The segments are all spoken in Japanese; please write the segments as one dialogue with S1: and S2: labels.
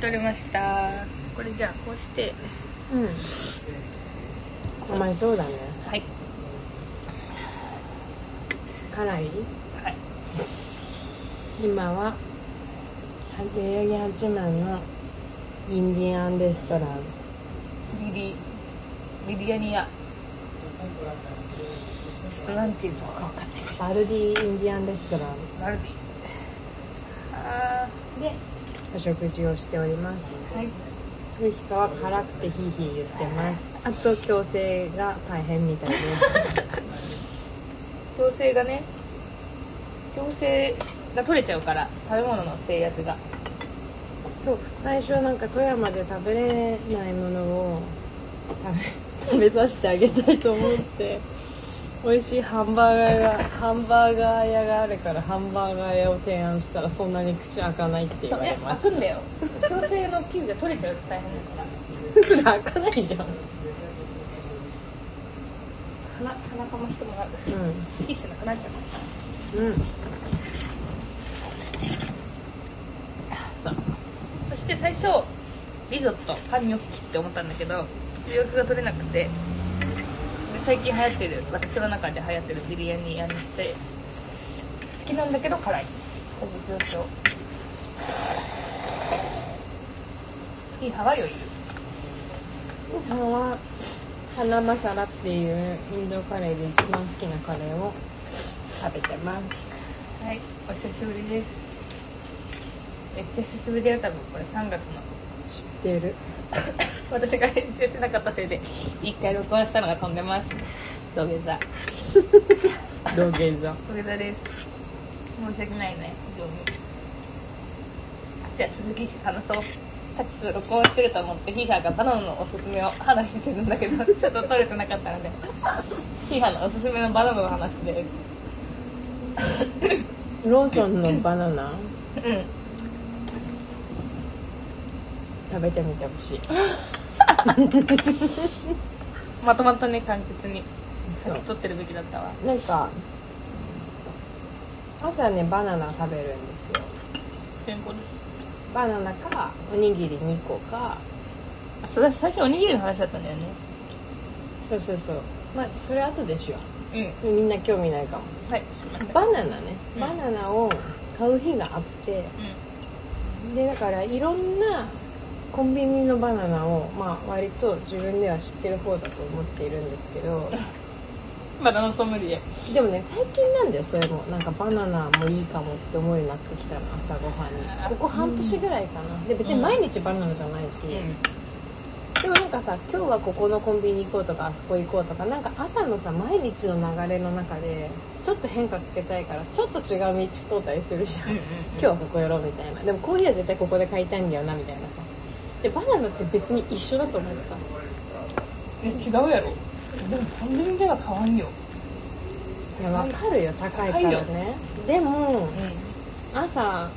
S1: 取れましたこれじゃあこうして
S2: うん甘いそうだね
S1: はい
S2: 辛
S1: は
S2: い
S1: い
S2: 今は代々木八幡のインディアンレストラン
S1: リリリリアニアちょっとなんていうとこかわかんないけ
S2: バルディインディアンレストラン
S1: どマルディあ
S2: でお食事をしております
S1: ーはい
S2: ゆきかは辛くてヒーヒー言ってますあと矯正が大変みたいです
S1: 矯正がね矯正が取れちゃうから食べ物の制約が
S2: そう最初なんか富山で食べれないものを食べ食べさせてあげたいと思って美味しいハンバーガーがハンバーガー屋があるからハンバーガー屋を提案したらそんなに口開かないって言われ
S1: ね
S2: ま
S1: 開
S2: した
S1: くんだよ矯正の器具が取れちゃうと大変だから
S2: それ開かないじゃん
S1: 鼻鼻かましてもらう
S2: う
S1: ティッシュなくなっちゃうから
S2: んうん
S1: そうそして最初リゾットパンニョッキって思ったんだけど予約が取れなくてで最近流行ってる私の中で流行ってるビリヤニ屋にして好きなんだけど辛いずっといいハワイをいる
S2: 今はハナマサラっていうインドカレーで一番好きなカレーを食べてます
S1: はいお久しぶりですめっちゃ久しぶりだよ多分これ3月の
S2: 知ってる
S1: 私が編集しなかったせいで一回録音したのが飛んでます土下座
S2: 土下座
S1: おげです申し訳ないね非常にじゃあ続き話そうさっきちょっと録音してると思ってヒーハーがバナナのおすすめを話してるんだけど ちょっと取れてなかったのでヒーハーのおすすめのバナナの話です
S2: ローソンのバナナ
S1: うん
S2: 食べてみてほしい
S1: まとまったね簡潔に
S2: そ
S1: さっき
S2: う
S1: 撮ってるべきだったわ
S2: なんか朝ねバナナ食べるんですよ
S1: 健康です
S2: バナナかおにぎり2個
S1: あ
S2: か
S1: それ最初おにぎりの話だったんだよね
S2: そうそうそうまあそれ後でしよ
S1: う
S2: うみんな興味ないかも
S1: んはいすいません
S2: バナナね
S1: うん
S2: バナナを買う日があって、でだからいろんなコンビニのバナナを、まあ、割と自分では知ってる方だと思っているんですけど
S1: うんバナナソムリエ
S2: でもね最近なんだよそれもなんかバナナもいいかもって思うようになってきたの朝ごはんにここ半年ぐらいかなで別に毎日バナナじゃないし、でもなんかさ今日はここのコンビニ行こうとかあそこ行こうとかなんか朝のさ毎日の流れの中でちょっと変化つけたいからちょっと違う道通ったりするじゃん、
S1: うんうん
S2: 今日はここやろうみたいなでもコーヒーは絶対ここで買いたいんだよなみたいなさでバナナって別に一緒だと思ってさ
S1: え違うやろでもコンビニでは買わんよ
S2: いや分かるよ高いか
S1: 高いよ
S2: らねでも
S1: う
S2: 朝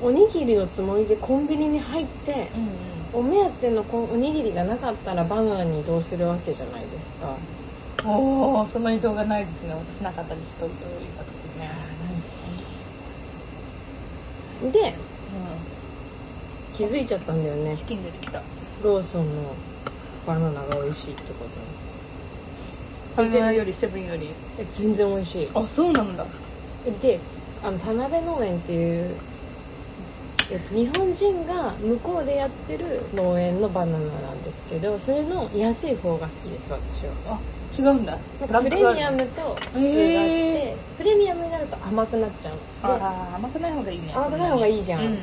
S2: おにぎりのつもりでコンビニに入って
S1: んうん
S2: お目当てのこおにぎりがなかったらバナナに移動するわけじゃないですか
S1: うんおおその移動がないですね私なかったです東京行った時ね
S2: で
S1: う
S2: 気づいちゃったんだよね
S1: んチキン出てきた
S2: ローソンのバナナが美味しいってことに
S1: ファミマよりセブンより
S2: え全然美味しい
S1: あそうなんだ
S2: であの田辺農園っていう、えっと、日本人が向こうでやってる農園のバナナなんですけどそれの安い方が好きです私は
S1: あ違うんだ
S2: なんかプレミアムと普通があって、
S1: へ
S2: プレミアムになると甘くなっちゃうので
S1: あー甘くない方がいいね
S2: 甘くない方がいいじゃん
S1: うん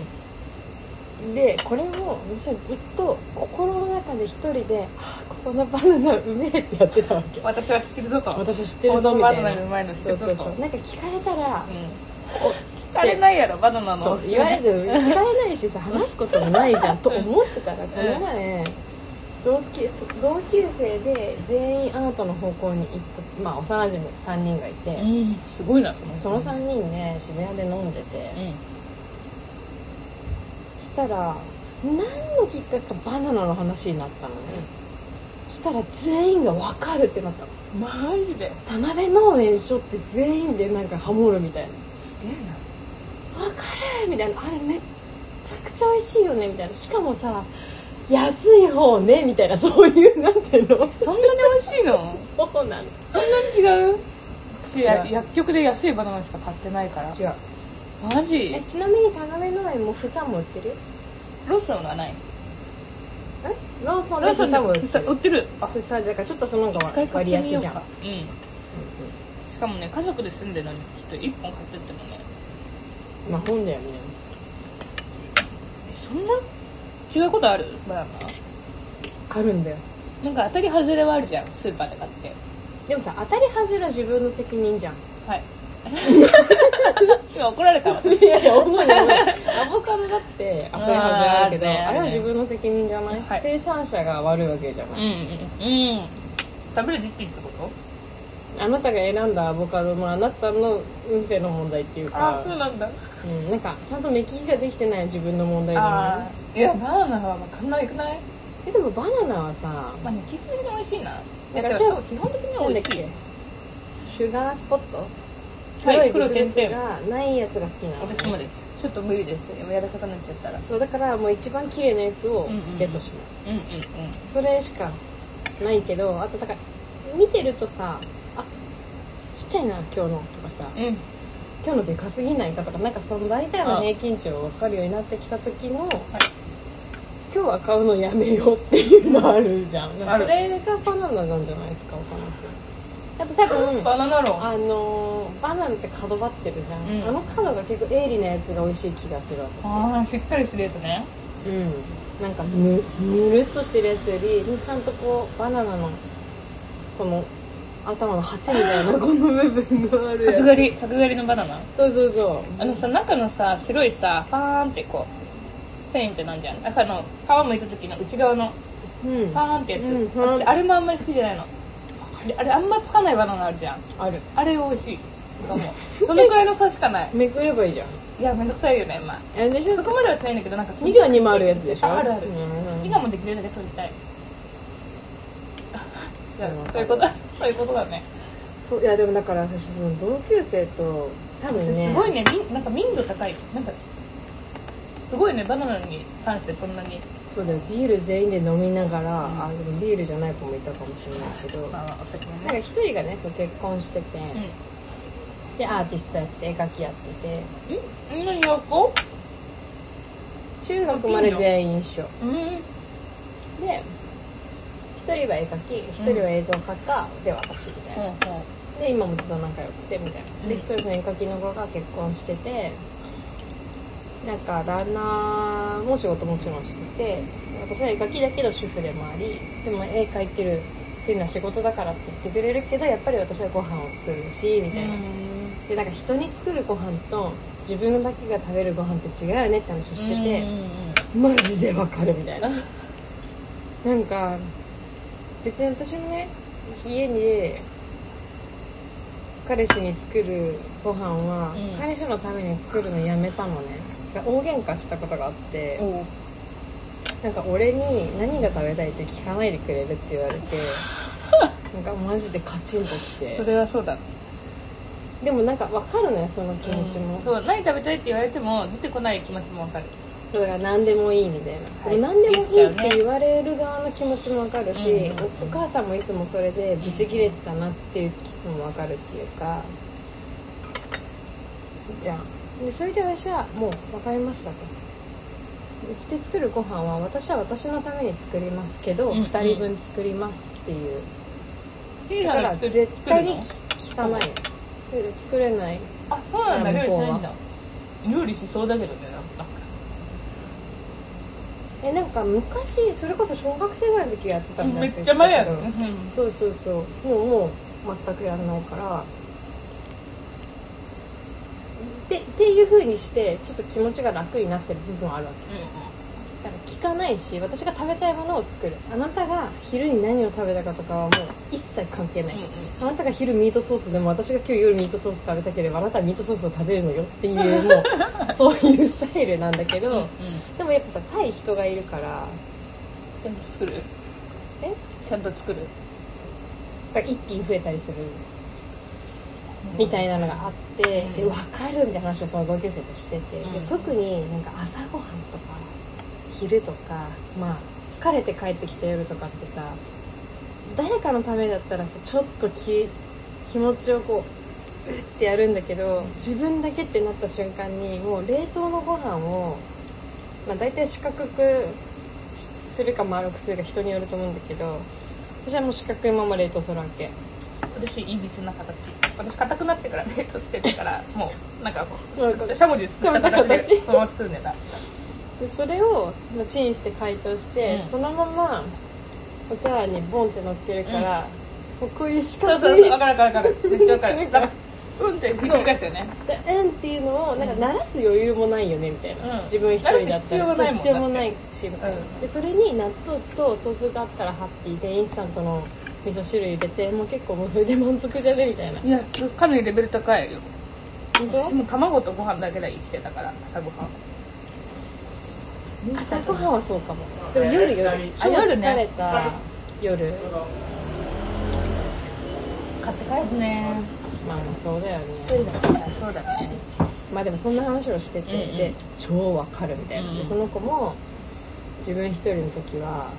S2: でこれを私はずっと心の中で一人で「 あここのバナナうめえ」ってやってたわけ
S1: 私は知ってるぞと
S2: 私は知ってるぞみたい
S1: バナナう
S2: な
S1: まいの知って
S2: そう
S1: るぞ
S2: そうそ
S1: と
S2: うなんか聞かれたら
S1: うん聞かれないやろバナナの
S2: そう言われても聞かれないしさ話すこともないじゃんと思ってたらこの前同級同級生で全員アートの方向に行ったまあ幼馴染3人がいて、
S1: うんすごいなその
S2: その3人ね渋谷で飲んでて、
S1: うん
S2: したら何のきっかけかバナナの話になったのね、したら全員が分かるってなったの
S1: マジで
S2: 田辺農園所って全員でなんかハモるみたいな
S1: すげえな
S2: 「分かる!」みたいなあれめっちゃくちゃ美味しいよねみたいなしかもさ安い方ねみたいなそういうなんていうの
S1: そんなに美味しいの
S2: そ
S1: そ
S2: うなの
S1: んなに違う
S2: 違う
S1: や薬局で安いバナナしか買ってないから
S2: 違う
S1: マジ
S2: えちなみに田辺農園も房も売ってるよ
S1: ローソンがない
S2: えローソン
S1: ロ
S2: の
S1: ーソン
S2: 房
S1: で
S2: も売って
S1: 売
S2: る
S1: ってるあ
S2: 房だからちょっとその
S1: 一
S2: 方
S1: 回
S2: が
S1: 買っ
S2: 割
S1: てみ
S2: 安
S1: よう
S2: じゃん
S1: かうんしかもね家族で住んでるのにちょっと1本買ってってもね
S2: まあ本だよね
S1: えそんな違うことあるバナナ
S2: あるんだよ
S1: なんか当たり外れはあるじゃんスーパーで買って
S2: でもさ当たり外れは自分の責任じゃん
S1: はい 今怒られたわ
S2: いやい や重い重いアボカドだって当たり外れあるけど
S1: あーあるね
S2: あれは自分の責任じゃない、
S1: はい
S2: 生産者が悪いわけじゃ
S1: う
S2: なんい、
S1: うんうん食べる時期ってこと
S2: あなたが選んだアボカドもあなたの運勢の問題っていうか
S1: なんだ
S2: うん、なんかちゃんと目利きができてない自分の問題じゃな
S1: あ
S2: い
S1: ーいやバナナは考えくない
S2: えでもバナナはさ
S1: まあ、ね、基本的に美味しいな。
S2: だ
S1: だ
S2: か
S1: からら、
S2: そう
S1: 基本的には
S2: なん
S1: 美
S2: だっ
S1: 味しい
S2: け。シュガースポット黒
S1: はいい黒
S2: 物
S1: 点
S2: 々
S1: 々
S2: がないやつが好きなの、
S1: 私もです。ちょっと無理です。やらかくなっちゃったら。うん
S2: そうだからもう一番綺麗なやつ
S1: うんう
S2: を
S1: んうん
S2: ゲットします、
S1: うん
S2: それしかないけどあとだから見てるとさあちっちゃいな今日のとかさ
S1: うん。うん。
S2: 今日のでかすぎないかとかなんかその大体の平均値を分かるようになってきた時の、今日は買うのやめようっていうのあるじゃん
S1: ある
S2: それがバナナなんじゃないですか分かんないけどあと多分
S1: バナナロン。
S2: あのーバナナって角張ってるじゃん、
S1: うん
S2: あの角が結構鋭利なやつが美味しい気がする私
S1: ああ、しっかりするやつね。
S2: うんなんかぬぬるっとしてるやつよりちゃんとこうバナナのこの頭の鉢みた いなこの部分があるや
S1: 角
S2: つ
S1: 刈り、角刈りのバナナ。
S2: そうそうそう
S1: あのさ、中のさ、白いさ、ファーンってこう、繊維ってなんじゃん。中の、皮剥いた時の内側の、
S2: うん
S1: ファーンってやつ。
S2: うん
S1: 私、あれもあんまり好きじゃないの。あれ、あれあんまつかないバナナあるじゃん。
S2: ある
S1: あれ美味しい。かもう。そのくらいの差しかない。
S2: めくればいいじゃん
S1: いや、めんどくさいよね、今。
S2: あれでしょ
S1: そこまではしないんだけど、なんか、
S2: ミカにもあるやつでしょ
S1: ああるある。
S2: うん
S1: ミカもできるだけ取りたい。じゃあ、そういうこと、そういうことだね。
S2: そういやでもだから私その同級生と多分
S1: す
S2: ね
S1: ごいね、みなんか民度高い。なんか、すごいね、バナナに関してそんなに。
S2: そうだよビール全員で飲みながら、
S1: うん
S2: あでもビールじゃない子もいたかもしれないけど、なんか
S1: まあ、お酒もね。
S2: 一人がねそう結婚してて、でアーティストやってて絵描きやってて
S1: うん。ん何やっこ
S2: 中学まで全員一緒
S1: うん。
S2: で一人は絵描き一人は映像作家、で私みたいな、で今もずっと仲良くてみたいなで
S1: うん
S2: 一人その絵描きの子が結婚しててなんか旦那も仕事もちろんしてて私は絵描きだけど主婦でもありでも絵描いてるっていうのは仕事だからって言ってくれるけどやっぱり私はご飯を作るしみたいな、でなんか人に作るご飯と自分だけが食べるご飯って違うよねって話をしてて、マジでわかるみたいななんか別に私もね家に彼氏に作るご飯は、
S1: うん
S2: 彼氏のために作るのやめたのね大喧嘩したことがあって、
S1: おう
S2: なんか俺に何が食べたいって聞かないでくれるって言われて なんかマジでカチンときて
S1: それはそうだ。
S2: でもなんかわかるのよその気持ちも、
S1: うん
S2: そう
S1: そう、何食べたいって言われても、出てこない気持ちもわかる。
S2: だから何でもいいみたいな、
S1: はい
S2: でも何でもいいって言われる側の気持ちもわかるし、
S1: うん
S2: おお母さんもいつもそれでブチギレてたなっていうのもわかるっていうかじゃあでそれで私はもう分かりましたとうちで作るご飯は私は私のために作りますけど、
S1: うん
S2: 2人分作りますっていう
S1: いい
S2: だから
S1: 話作る
S2: 絶対に
S1: 作るの
S2: 聞かない作れない
S1: あ、そうなんだ、料理
S2: 向こ
S1: し
S2: うは
S1: ないんだ。料理しそうだけどね、なんか。
S2: えなんか昔それこそ小学生ぐらいの時やってたんだ
S1: めっちゃ前やろ。
S2: 言ってたけどそうそうそうもうもう全くやらないからでっていうふうにしてちょっと気持ちが楽になってる部分はあるわけだから聞かないし私が食べたいものを作るあなたが昼に何を食べたかとかはもう一切関係ない、あなたが昼ミートソースでも私が今日夜ミートソース食べたければあなたはミートソースを食べるのよっていうもうそういうスタイルなんだけど、でもやっぱさ対人がいるから
S1: ちゃんと作る
S2: え
S1: ちゃんと作る
S2: が一品増えたりするみたいなのがあって、
S1: うん
S2: で分かるみたいな話をその同級生としてて、
S1: うん
S2: で特になんか朝ごはんとか昼とかまあ疲れて帰ってきた夜とかってさ誰かのためだったらさちょっと気気持ちをこううってやるんだけど自分だけってなった瞬間にもう冷凍のご飯をまあ大体四角くしするか丸くするか人によると思うんだけど私はもう四角いまま冷凍するわけ
S1: 私いびつな形私硬くなってからデートしてたからもうなんかこう
S2: なんか
S1: しゃもじですくった形
S2: し
S1: でそ
S2: ゃもじ
S1: のままするねだ
S2: でそれをまあチンして解凍して、
S1: うん
S2: そのままお茶碗にボンって乗っけるから、もうこういう四
S1: そ
S2: 角
S1: うそう
S2: い
S1: そう分かる分かる分かるめっちゃ分か
S2: な
S1: る
S2: んか
S1: だうんって繰り返すよね
S2: でうんっていうのをなんか鳴らす余裕もないよねみたいな、
S1: うん
S2: 自分一人だったら
S1: 鳴らす
S2: そう
S1: 必
S2: 必要
S1: 要
S2: も
S1: も
S2: な
S1: ないい
S2: し、
S1: ん
S2: でそれに納豆と豆腐があったらハッピーでインスタントの味噌汁入れてもう結構もうそれで満足じゃねみたいな本
S1: いやかなりレベル高いよ私
S2: 当
S1: も卵とご飯だけで生きてたから朝ごはん
S2: 朝ごはんはそうかもでも夜よ超
S1: 夜
S2: 疲
S1: ね
S2: れた夜,、
S1: 買って帰るね
S2: まあまあそうだよね
S1: 一人だからそうだね
S2: まあでもそんな話をしてて、
S1: うんうん
S2: で超わかるみたいな、で
S1: うん
S2: その子も自分一人の時は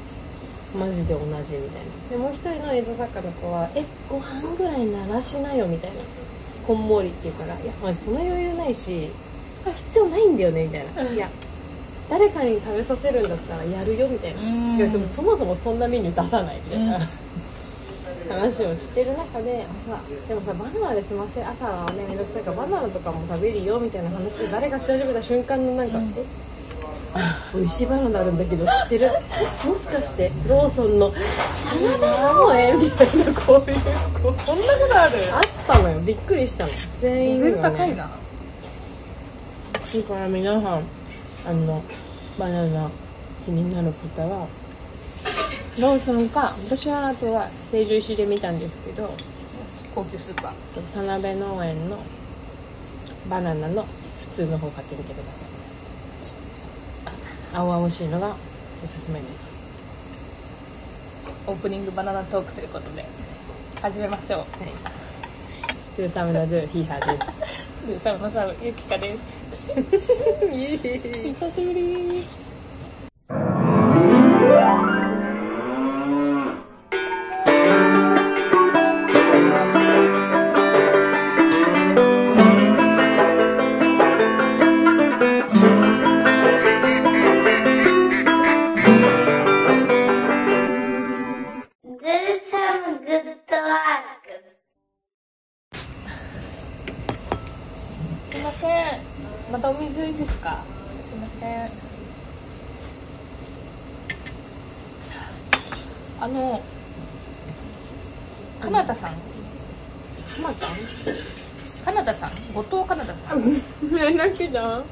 S2: マジで同じみたいなでもう一人の映像作家の子は「えご飯ぐらい鳴らしなよ」みたいなこんもりって言うから「いや、まあ、その余裕ないしこれ必要ないんだよね」みたいな「いや誰かに食べさせるんだったらやるよ」みたいな
S1: うん
S2: いやでもそもそもそんなメニュー出さないみたいな、
S1: うん
S2: 話をしてる中で朝でもさバナナで済ませ朝はねめんどくさいからバナナとかも食べるよみたいな話を誰かし始めた瞬間のなんか、
S1: うん
S2: え美味しいバナナあるんだけど知ってるもしかしてローソンの「バナナ農園」みたいなこういうこう
S1: こんなことある
S2: あったのよびっくりしたの全
S1: レ
S2: 員
S1: ベ
S2: が、ね、
S1: ル高いな
S2: だから皆さんあのバナナ気になる方はローソンか私はあとは成城石井で見たんですけど
S1: 高級スーパー
S2: そう田辺農園のバナナの普通の方買ってみてください青々しいのがおすすめです
S1: オープニングバナナトークということで始めましょう
S2: はい「トゥーサムナドゥヒーハー」です
S1: でサウナサウゆきかです久しぶり
S3: Do some good work.
S1: すいませんまたお水いいですかすいませんあのか田さん
S2: ま
S1: か田さん後藤か田さん
S2: あ連絡来た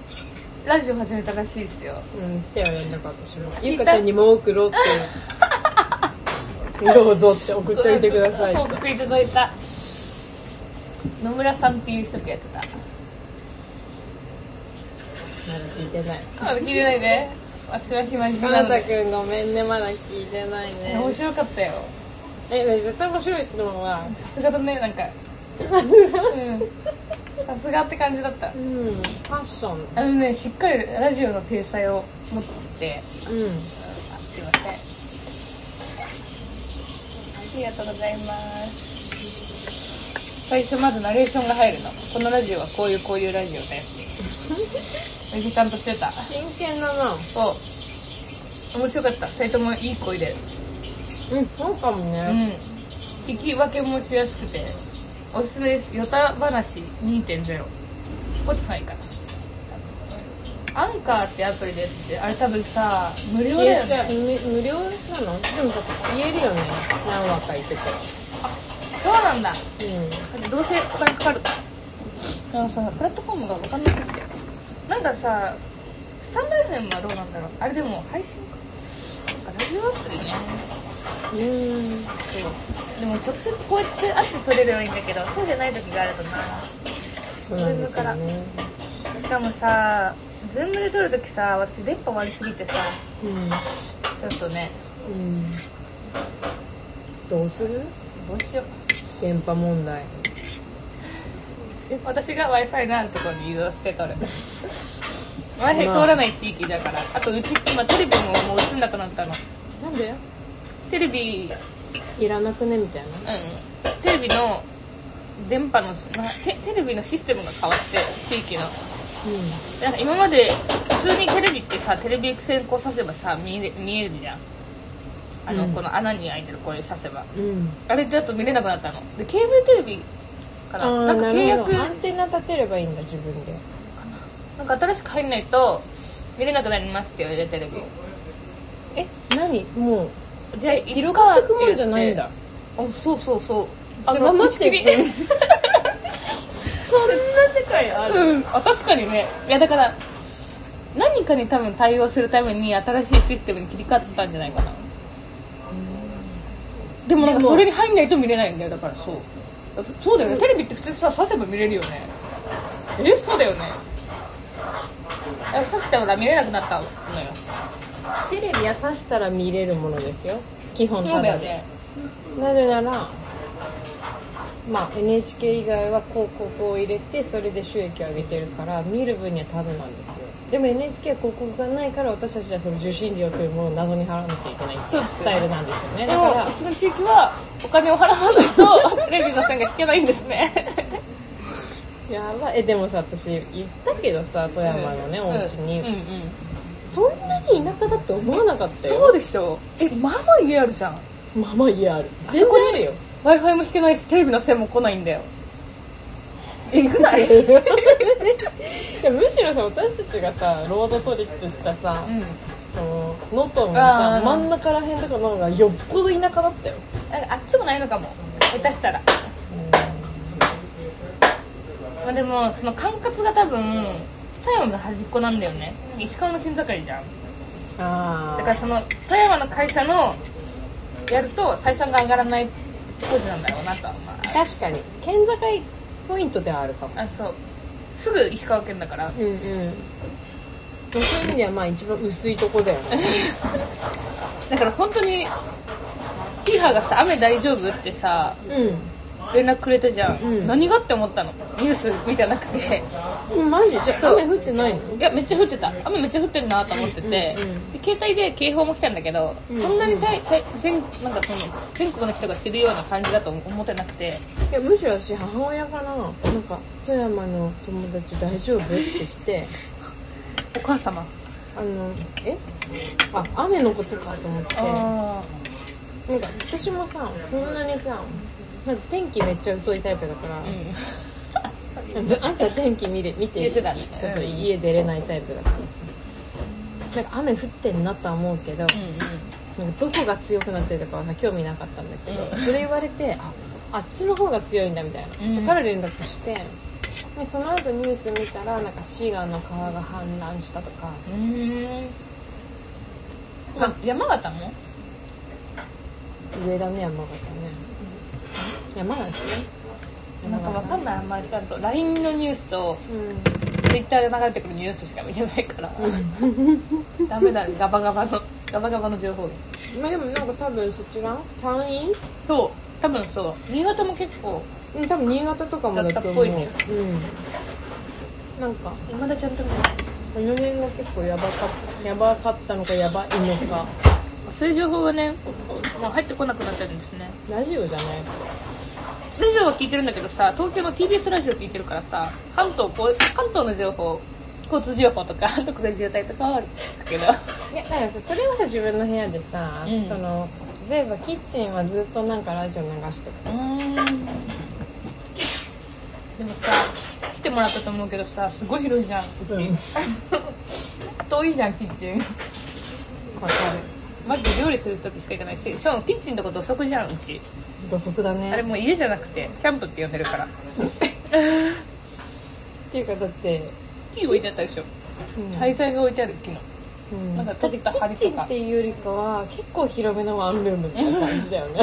S1: ラジオ始めたらしいですよ
S2: うん来たよ連絡私も
S1: た
S2: ゆかちゃんにも送 ろうってどうぞって送っといてください
S1: 報告いただいた野村さんっていう人がやってた
S2: まだ聞いてない
S1: あ聞いてないね私は暇人
S2: か
S1: な
S2: な
S1: の
S2: た
S1: で
S2: くんごめんねまだ聞いてないね
S1: 面白かったよ
S2: えね絶対面白いってのは
S1: さすがだねなんかうんさすがって感じだった
S2: うんファッション
S1: あのねしっかりラジオの体裁を持って
S2: うん
S1: あすいませんありがとうございます最初まずナレーションが入るのこのラジオはこういうこういうラジオだよっておじさんとしてた
S2: 真剣だな
S1: そう面白かった2人ともいい声で
S2: うんそうかも
S1: う
S2: ね、
S1: ん聞き分けもしやすくておすすめです「よた話2.0」Spotify かなアンカーってアプリですってあれ多分さ無料
S2: 消
S1: だよ
S2: えち
S1: ね
S2: ゃう無無料なのでもさ言えるよね何話か言ってて
S1: そうなんだ
S2: うん
S1: どうせお金かかるからあのさプラットフォームが分かんなすぎてなんかさスタンド FM はどうなんだろうあれでも配信かなんかラジオアプリね
S2: うん
S1: でも直接こうやって会って撮れればいいんだけどそうじゃない時があるとな
S2: そうなんですよね
S1: しかもさズームで撮るときさ私電波悪すぎてさ
S2: う
S1: ちょっとね
S2: ん、うん、どうする
S1: どうしよう
S2: 電波問題
S1: 私が w i f i のあるところに移動して撮る我々通らない地域だからあとうち今テレビももう映んなくなったの
S2: なんで
S1: テレビ
S2: いらなくねみたいな
S1: うん、テレビの電波の、まあテテレビのシステムが変わって地域の
S2: う
S1: なんか今まで普通にテレビってさテレビ線こう刺せばさ見え見えるじゃんあの、
S2: うん
S1: この穴に開いてるこれ刺せば
S2: んうん
S1: あれだと見れなくなったのでケーブルテレビか
S2: あ
S1: な
S2: あ
S1: なんか契
S2: なる
S1: 約
S2: ほどアンテナ立てればいいんだ自分で
S1: なんか新しく入んないと見れなくなりますって言われてテレビ
S2: え何もう
S1: じゃあ
S2: 広がってくもんじゃないんだ
S1: あそうそうそう
S2: それは待って
S1: 打ち切り
S2: そんな世界あ
S1: うん、あ確かにねいやだから何かに多分対応するために新しいシステムに切り替わったんじゃないかなでもなん
S2: で
S1: かそ
S2: も
S1: れに入んないと見れないんだよだからそうだそそうだよねテレビって普通さ刺せば見れるよねえそうだよねあ刺してほら見れなくなったのよ
S2: テレビは刺したら見れるものですよ基本
S1: そう
S2: た
S1: だよ
S2: だ
S1: ね
S2: でなぜならまあ NHK 以外は広告を入れてそれで収益を上げてるから見る分にはタダなんですよでも NHK は広告がないから私たちはその受信料というものを謎に払わなきゃいけないって
S1: そう
S2: い
S1: で
S2: う
S1: す
S2: スタイルなんですよね
S1: で
S2: だか
S1: もう
S2: ら
S1: ちの地域はお金を払わない とテレビの線が引けないんですね
S2: やばいえでもさ私言ったけどさ富山のね、
S1: うん
S2: お家に、
S1: うんうん
S2: そんなに田舎だって思わなかったよ
S1: そうでしょえまあまあ家あるじゃん
S2: まあまあ家ある
S1: あ
S2: 全
S1: そこに
S2: 然あるよ
S1: w i f i も引けないしテレビの線も来ないんだよえぐない
S2: いやむしろさ私たちがさロードトリップしたさ、
S1: うん
S2: その能登の
S1: あ
S2: さ
S1: ー
S2: 真ん中らへんとかの方がよっぽど田舎だったよ
S1: なんかあっちもないのかも下手したらまあでもその管轄が多分富山の端っこなんだよね石川の県境じゃん
S2: あ
S1: だからその富山の会社のやると採算が上がらない工事なんだろうなとはまあ
S2: 確かに県境ポイントではあるかも
S1: あそうすぐ石川県だから
S2: うんうんそういう意味ではまあ一番薄いとこだよね
S1: だから本当にピーハーがさ雨大丈夫ってさ連絡くれたじゃん、
S2: うん
S1: 何がって思ったのニュース見てなくて
S2: うんマジじゃあ
S1: そう
S2: 雨降ってないの
S1: いやめっちゃ降ってた雨めっちゃ降ってるなと思ってて、
S2: うんうんうん
S1: で携帯で警報も来たんだけど、
S2: うん
S1: そんなに大大全なんかその全国の人が知るような感じだと思ってなくて
S2: いやむしろ私母親かななんか富山の友達大丈夫って来 て
S1: お母様
S2: あのえあ雨のことかと思って
S1: あ
S2: なんか私もさそんなにさまず天気めっちゃ疎いタイプだから、
S1: あうん
S2: 朝天気見れ見て
S1: 言ってたね
S2: そうそう
S1: うん
S2: 家出れないタイプだからさなんか雨降ってんなとは思うけど、なんかどこが強くなってるとかはさ興味なかったんだけど、
S1: うん
S2: それ言われてああっちの方が強いんだみたいな、
S1: うん
S2: だから連絡してでその後ニュース見たらなんか滋賀の川が氾濫したとか
S1: うんうんうーん、まあ、山形も
S2: 上だね山形ね山梨ね
S1: なんかわかん
S2: い
S1: ないあんまりちゃんと LINE のニュースと
S2: うん、
S1: Twitter で流れてくるニュースしか見てないからダメだねガバガバのガバガバの情報源
S2: まあでもなんか多分そちら山陰
S1: そう多分そう新潟も結構
S2: うん多分新潟とかもだと思う、
S1: だったっ
S2: うんなんか
S1: 今田ちゃんとも
S2: この辺が結構やばかったやばかったのかやばいのか
S1: そういう情報がねもう入ってこなくなってるんですね
S2: ラジオじゃない
S1: ラジオは聞いてるんだけどさ東京の TBS ラジオ聞いてるからさ関東こう関東の情報交通情報とか 特別渋滞とかは聞くけど
S2: いやだからさそれはさ自分の部屋でさ、
S1: うん
S2: その例えばキッチンはずっとなんかラジオ流して
S1: うーんでもさ来てもらったと思うけどさすごい広いじゃんうち、
S2: るうんわ
S1: 遠いじゃんキッチン
S2: か
S1: マジで料理する時しか行かないししかもキッチンとか土足じゃんうち
S2: る土足だね
S1: あれもう家じゃなくてキャンプって呼んでるから
S2: っていうかだって、
S1: 木置いてあったでしょ
S2: うん
S1: 廃材が置いてある木の
S2: うん
S1: なんか
S2: だってキッチンっていうよりかは結構広めのワンルームみたいな感じだよね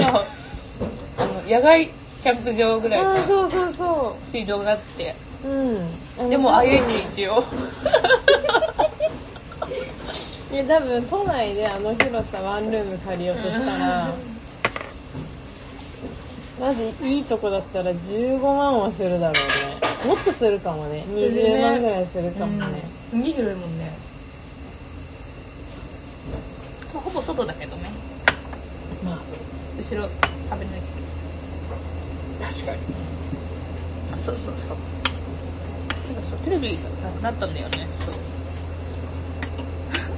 S1: あの野外キャンプ場ぐらい
S2: ああ
S1: の
S2: そうそうそ
S1: 水道があって
S2: ううん
S1: でも
S2: あの
S1: IH 一応
S2: いや多分都内であの広さワンルーム借りようとしたらマジいいとこだったら15万はするだろうねもっとするかもね
S1: するね
S2: 20万ぐらいするかもね、
S1: うん、海広いもんね、まあ、ほぼ外だけどね
S2: まあ
S1: 後ろ食べないし
S2: 確かに
S1: そうそうそうなんかそうテレビがなくなったんだよねそう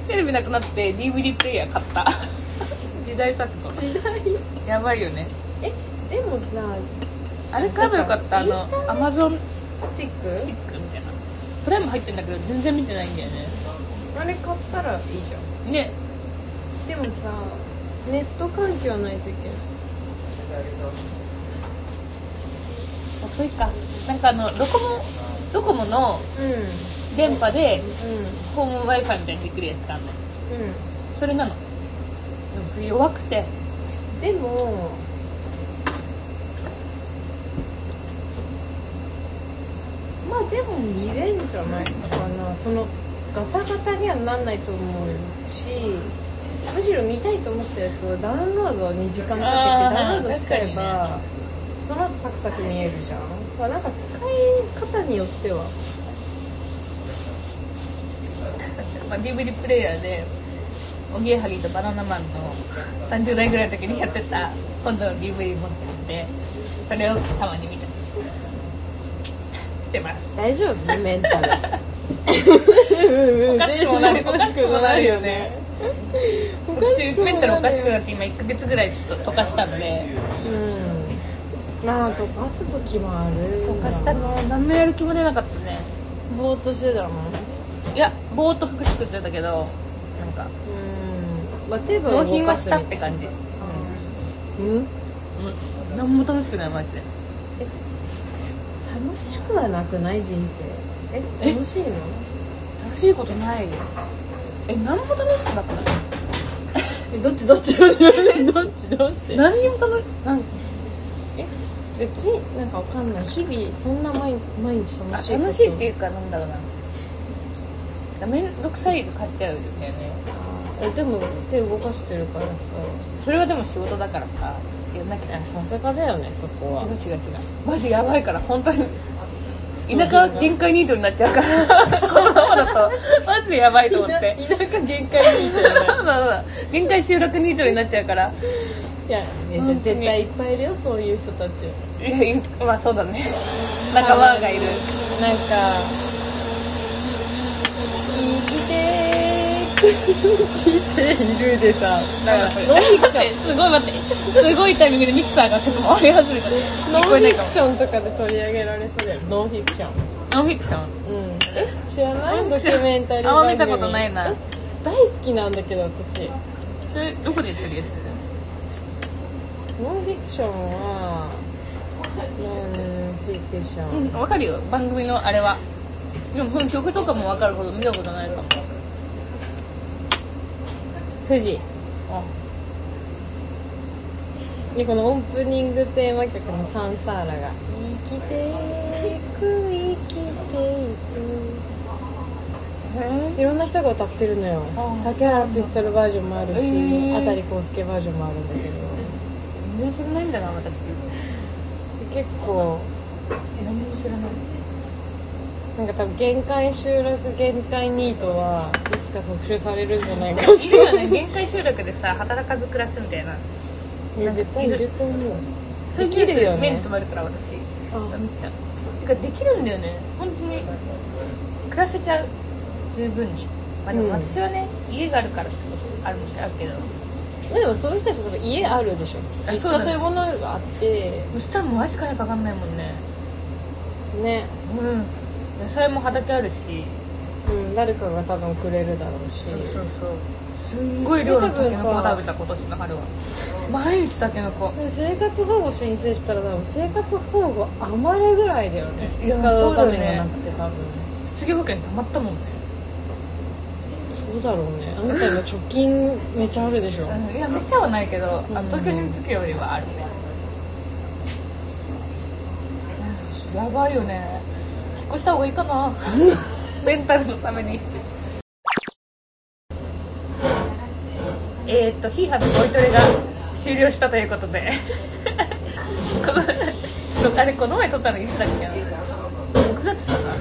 S1: テレビなくなって DVD プレイヤー買った時代錯誤
S2: 時代
S1: やばいよね
S2: えでもさ
S1: あれ買えばよかったあのアマゾン
S2: スティッ
S1: ステ
S2: ク
S1: ィックみたいなプライム入ってんだけど全然見てないんだよね
S2: あれ買ったらいいじゃん
S1: ね
S2: でもさネット環境ないといけない
S1: 遅いかなんかあのドコモドコモの
S2: うん
S1: 電波で
S2: う
S1: ホーム w i f i みたいにできるやつがあるの
S2: んうん
S1: それなのでもそれ弱くて
S2: でもまあでも見れんじゃないのかなそのガタガタにはなんないと思うしむしろ見たいと思ったやつをダウンロードを2時間かけて
S1: あー
S2: ダウンロードしちゃえば、その後サクサク見えるじゃん、まあ、なんか使い方によっては
S1: まあ、DVD プレイヤーでおぎやはぎとバナナマンの30代ぐらいの時にやってた今度の DVD 持ってるんでそれをたまに見てしてます
S2: 大丈夫メンタル
S1: おかしくもなる
S2: おかしくもなるよねおかし
S1: 私
S2: くもなるよね
S1: メンタルおかしくなって今1ヶ月ぐらいちょっと溶かしたので
S2: うんまあ溶かす時もある
S1: 溶かしたね何のやる気も出なかったね
S2: ぼーっとしてたもんう
S1: いやぼーっと服作ってたけどなんか
S2: んまあ手分
S1: 納品はしたって感じ、
S2: うん
S1: うん、何も楽しくないマジで
S2: 楽しくはなくない人生え
S1: え
S2: 楽しいの
S1: 楽しいことないよえ何も楽しくなくない
S2: えどっちどっち どっちどっち
S1: 何にも楽しなん
S2: うちなんかわかんない日々そんな毎毎日楽しい
S1: あ楽しいっていうかなんだろうなめんどくさいと買っちゃうんだよね
S2: えでも手動かしてるからさ
S1: それはでも仕事だからさやんなきゃ違
S2: さすがだよねそこは
S1: う違う違うマジやばいから本当に田舎は限界ニートになっちゃうから このままだとマジでやばいと思って
S2: 田舎限界 に
S1: そうそうそう限界集落ニートになっちゃうから
S2: いや、ね
S1: 本当に
S2: 絶対いっぱいいるよそういう人たち
S1: いやいまあそうだね仲間がいる
S2: なんか生きてー生きているでさ
S1: だからノンフィクションすごい待ってすごいタイミングでミキサーがちょっと回り始めた
S2: ノン
S1: 聞
S2: フ
S1: こえないか
S2: ィク
S1: も
S2: ションとかで取り上げられそうだよノンフィクション
S1: ノンフィクション
S2: うんえ知らないドキュメンタリー
S1: あんま
S2: 番組
S1: 見たことないな
S2: え大好きなんだけど私
S1: それどこで言ってるやつ
S2: ノンフィクションはノンフィクション、
S1: うんわかるよ番組のあれはでもこの曲とかもわかるほど見たことないかも
S2: 富士
S1: あ
S2: でこのオープニングテーマ曲のサンサーラが「生きていく生きていく」いろんな人が歌ってるのよ
S1: あー
S2: 竹原ピストルバージョンもある
S1: へ
S2: し
S1: ー
S2: あたり康介バージョンもあるんだけど
S1: 全然知らないんだな私
S2: 結構
S1: 何も知らない
S2: なんか多分限界集落限界ニートはいつか特集されるんじゃな いかって
S1: いるよね限界集落でさ働かず暮らすみたいななんか
S2: 絶対いると思う
S1: そういう
S2: できるよね
S1: 目に留まるから私見ち
S2: あ
S1: ゃうてかできるんだよね本当に暮らせちゃう十分にまあで
S2: う
S1: も
S2: ん
S1: 私はね、家があるからってことあるんだけど
S2: でもそういう人たち多分家あるでしょ
S1: あ
S2: 実
S1: そうだね
S2: 家というものがあって
S1: そしたらもうマジ金かかんないもんね
S2: ね
S1: うん野菜も畑あるし
S2: うん、誰かが多分くれるだろうし
S1: そうそうそうすんごい量のタケノコを食べた今年の春は毎日タケノコ
S2: 生活保護申請したら多分生活保護余るぐらいだよね
S1: いや
S2: 使うお
S1: そうだ
S2: 金
S1: よ
S2: が
S1: ね
S2: なくて多分
S1: 失業保険たまったもんね、
S2: そうだろうねあなた今貯金めちゃあるでしょ
S1: うん、いやめちゃはないけど、あ
S2: うん
S1: 東京にいる時よりはあるね、うんやばいよね引っ越した方がいいか なメンタルのためにえーっとヒーハーのボイトレが終了したという ことでこのあれこの前撮ったのいつだっけな6月だから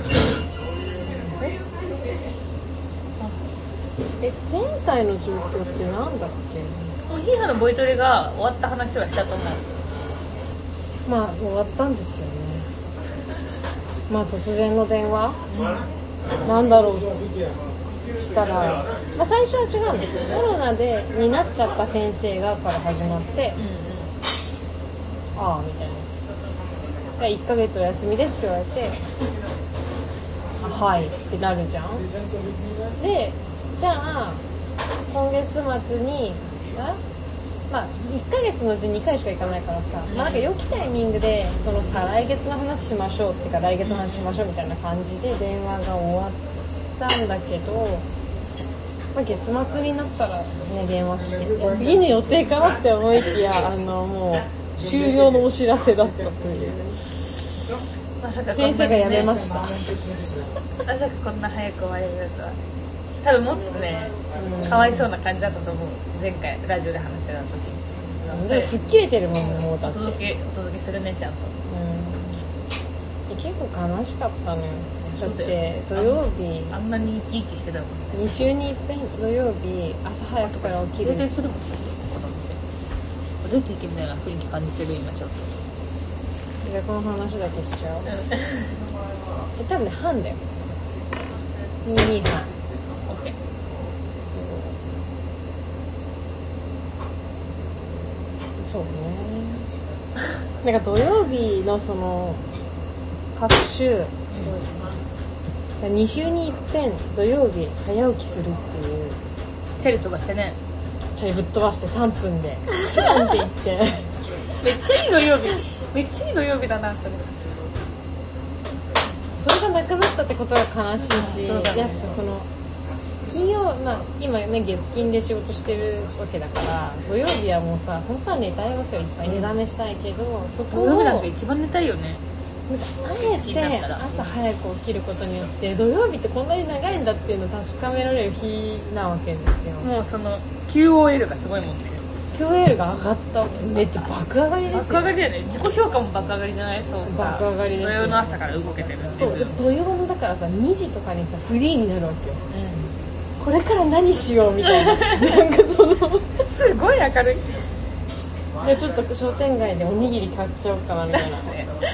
S2: え前回の状況ってなんだっけ
S1: もうヒーハのボイトレが終わった話はしたと思う
S2: まあ終わったんですよねまあ突然の電話なんだろうとしたら、まあ、最初は違うんですよコロナでになっちゃった先生がから始まって
S1: うんうん
S2: ああみたいな「いや1ヶ月お休みです」って言われて「あはい」ってなるじゃんでじゃあ今月末にあまあ1ヶ月のうち2回しか行かないからさ、まあ、なんか良きタイミングでそのさ来月の話しましょうっていうか来月の話しましょうみたいな感じで電話が終わったんだけど、まあ、月末になったらね電話来ていや次の予定かなって思いきやあのもう終了のお知らせだったという
S1: まさかこんなにね
S2: 先生が辞めました、
S1: まさかこんな早く終われるとは多分もっとね
S2: うん
S1: かわいそうな感じだったと思う前回ラジオで話してた時
S2: で吹っ切れてるもんねもうだ
S1: お
S2: って、
S1: 届けお届けするねちゃんと
S2: うん、結構悲しかったのよ
S1: そ
S2: だっ
S1: うだよ
S2: て土曜日
S1: あんなに生き生きしてたもんね
S2: 2週に一遍土曜日朝早くから起きる
S1: 停電するもんねこの店出ていけみたいな雰囲気感じてる今ちょっと
S2: 逆の話だけしちゃう
S1: う
S2: え多分ね半だよ22
S1: ん
S2: 半
S1: OK
S2: そうねなんか土曜日のその各週2週に一遍土曜日早起きするっていう
S1: チェル飛ばしてね
S2: それぶっ飛ばして3分で チャンって言って
S1: めっちゃいい土曜 日めっちゃいい土曜日だなそれ
S2: それがなくなったってことが悲しいし
S1: そうだね
S2: やっぱさその金曜まあ今ね月金で仕事してるわけだから土曜日はもうさ本当は寝たいわけよいっぱい寝だめしたいけど、そこ
S1: 土
S2: を
S1: 曜日な
S2: なん
S1: んか一番寝たいよね
S2: かあえて朝早く起きることによって土曜日ってこんなに長いんだっていうのを確かめられる日なわけですよ、
S1: もうその QOL がすごいもんね
S2: 今日 l が上がっためっちゃ爆上がりですよ
S1: 爆上がりだよね自己評価も爆上がりじゃないそうさ
S2: 爆上がりです
S1: 土曜の朝から動けてるって
S2: そ
S1: いう
S2: で
S1: う
S2: 土曜のだからさ2時とかにさフリーになるわけよ
S1: う
S2: これから何しようみたいななんかその
S1: んすごい明るい
S2: いやちょっと商店街でおにぎり買っちゃおうかなみたいな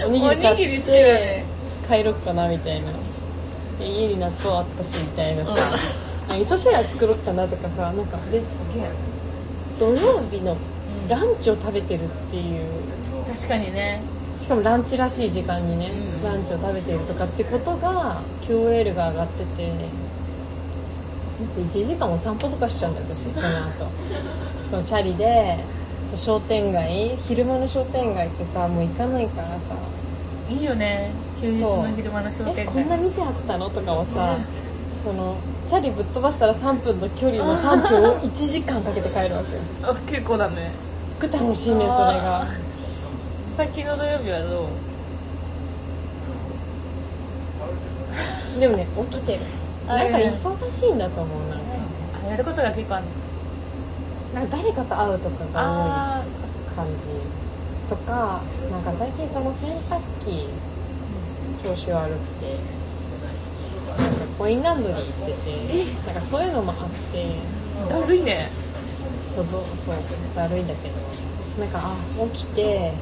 S2: おに ぎ
S1: お
S2: り買
S1: に
S2: っ
S1: ぎり好きだ
S2: て
S1: ね
S2: 帰ろっかなみたいなで家に納豆あったしみたいな
S1: うん
S2: さ、あ味噌汁作ろうかなとかさなんかです
S1: げえ
S2: 土曜日の
S1: うん
S2: ランチを食べてるっていう
S1: 確かにね
S2: しかもランチらしい時間にね、
S1: うん
S2: ランチを食べているとかってことが QOL が上がっててだって1時間お散歩とかしちゃうんだよ私その 後そのチャリでそう商店街昼間の商店街ってさもう行かないからさ
S1: いいよね休日の昼間の商
S2: え
S1: 店
S2: こんな
S1: 街
S2: 店あったのとかをさ、そのチャリぶっ飛ばしたら3分の距離の3分を1時間かけて帰るわけよ
S1: あ結構だね
S2: すっごい楽しいねそれが
S1: あ最近の土曜日はどう
S2: でもね起きてるなんか
S1: うん
S2: 忙しいんだと思うなんか
S1: あやることが結構あるの
S2: なんか誰かと会うとかが
S1: ああそっかそっ
S2: 多い感じとかなんか最近その洗濯機調子悪くてなんかコインランドリー行っててなんかそういうのもあって
S1: かだるいね
S2: そうどうそうだるいんだけどなんかあ起きて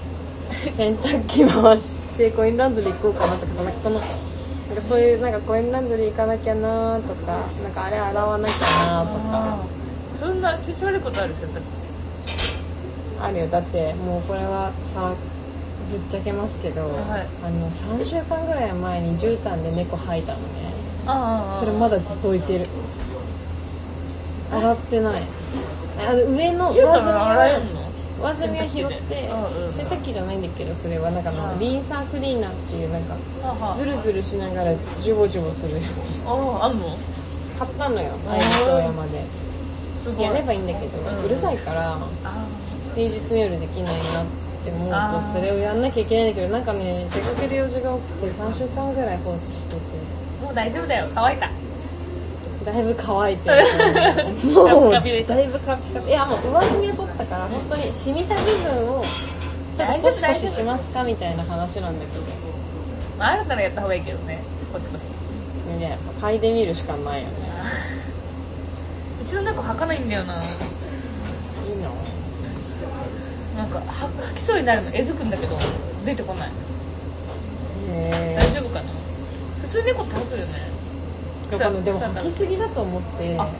S2: 洗濯機回してコインランドリー行こうかなとかなんかそのなんかそういうなんかコインランドリー行かなきゃなとかなんかあれ洗わなきゃなとか
S1: あ。ーそんな調子悪いことある洗濯
S2: あるよだってもうこれはさぶっちゃけますけど、
S1: はい
S2: あの3週間ぐらい前に絨毯で猫吐いたのね
S1: あ
S2: それまだずっと置いてる洗ってないあの上の上
S1: 絨
S2: 澄み
S1: 毯洗え
S2: は
S1: んの
S2: 上澄みは拾って
S1: うんうん
S2: 洗濯機じゃないんだけどそれはなんかあ
S1: う
S2: の
S1: ん
S2: リーンサークリーナーっていうなんか
S1: あ
S2: ズルズルしながらジュボジュボするやつ
S1: ああんの
S2: 買ったのよ愛知と山です
S1: ごい
S2: やればいいんだけど、
S1: うん
S2: うるさいから
S1: あ
S2: 平日の夜できないなって思
S1: あ
S2: う
S1: ー
S2: とそれをやんなきゃいけないんだけどなんかね出かける用事が多くて3週間ぐらい放置してて
S1: ーもう大丈夫だよ乾いた
S2: だいぶ乾いてるも
S1: カピカ
S2: う だ
S1: ピで
S2: い
S1: しょ
S2: ぶカピカピいやもう上澄みを取ったから本当に染みた部分をちょっとコシコシしますかみたいな話なんだけど
S1: まあ、あるならやった方がいいけどね年越し
S2: ねやっぱ嗅いでみるしかないよね
S1: うちの猫吐かないんだよない
S2: いの
S1: なんかは吐きそうになるのえずくんだけど出てこない
S2: へ
S1: 大丈夫かな普通猫って吐くよね
S2: えだからでも吐きすぎだと思って
S1: あ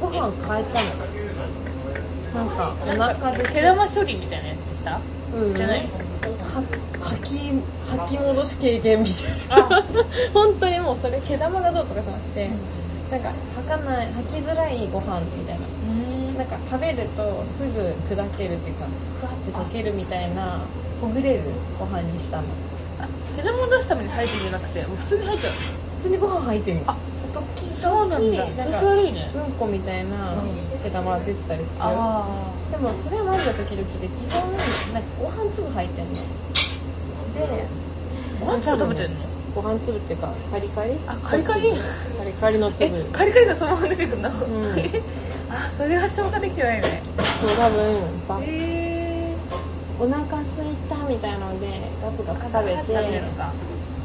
S2: ご飯変えたのなんかお腹で
S1: 毛玉処理みたいなやつでした
S2: うん
S1: じゃない
S2: は吐き吐き戻し経験みたいな
S1: あ
S2: 本当にもうそれ毛玉がどうとかじゃなくて、なんか吐かない吐きづらいご飯みたいな
S1: うん
S2: なんか食べるとすぐ砕けるっていうかふわって溶けるみたいなほぐれるご飯にしたの
S1: あ毛玉を出すために吐いてんじゃなくてもう普通に吐いちゃう
S2: 普通にご飯入ってる
S1: あ
S2: ドッキドキ
S1: そうなんだ
S2: なん
S1: 調
S2: か
S1: 子悪いね
S2: うんこみたいな
S1: うん
S2: 毛玉出てたりする
S1: あ
S2: でもそれはマジで時々で基本なんかご飯粒入ってんので
S1: あご飯粒食べてんの
S2: ご飯粒っていうかカリカリ
S1: あカリカリ
S2: カリカリの
S1: え
S2: 粒そう
S1: カリカリがそのまま出てくるの、
S2: ん
S1: あそれは消化できてないね
S2: 多分ば
S1: え
S2: お腹空いたみたいのでガツガ
S1: ー、
S2: ツ食べて
S1: 食べるのか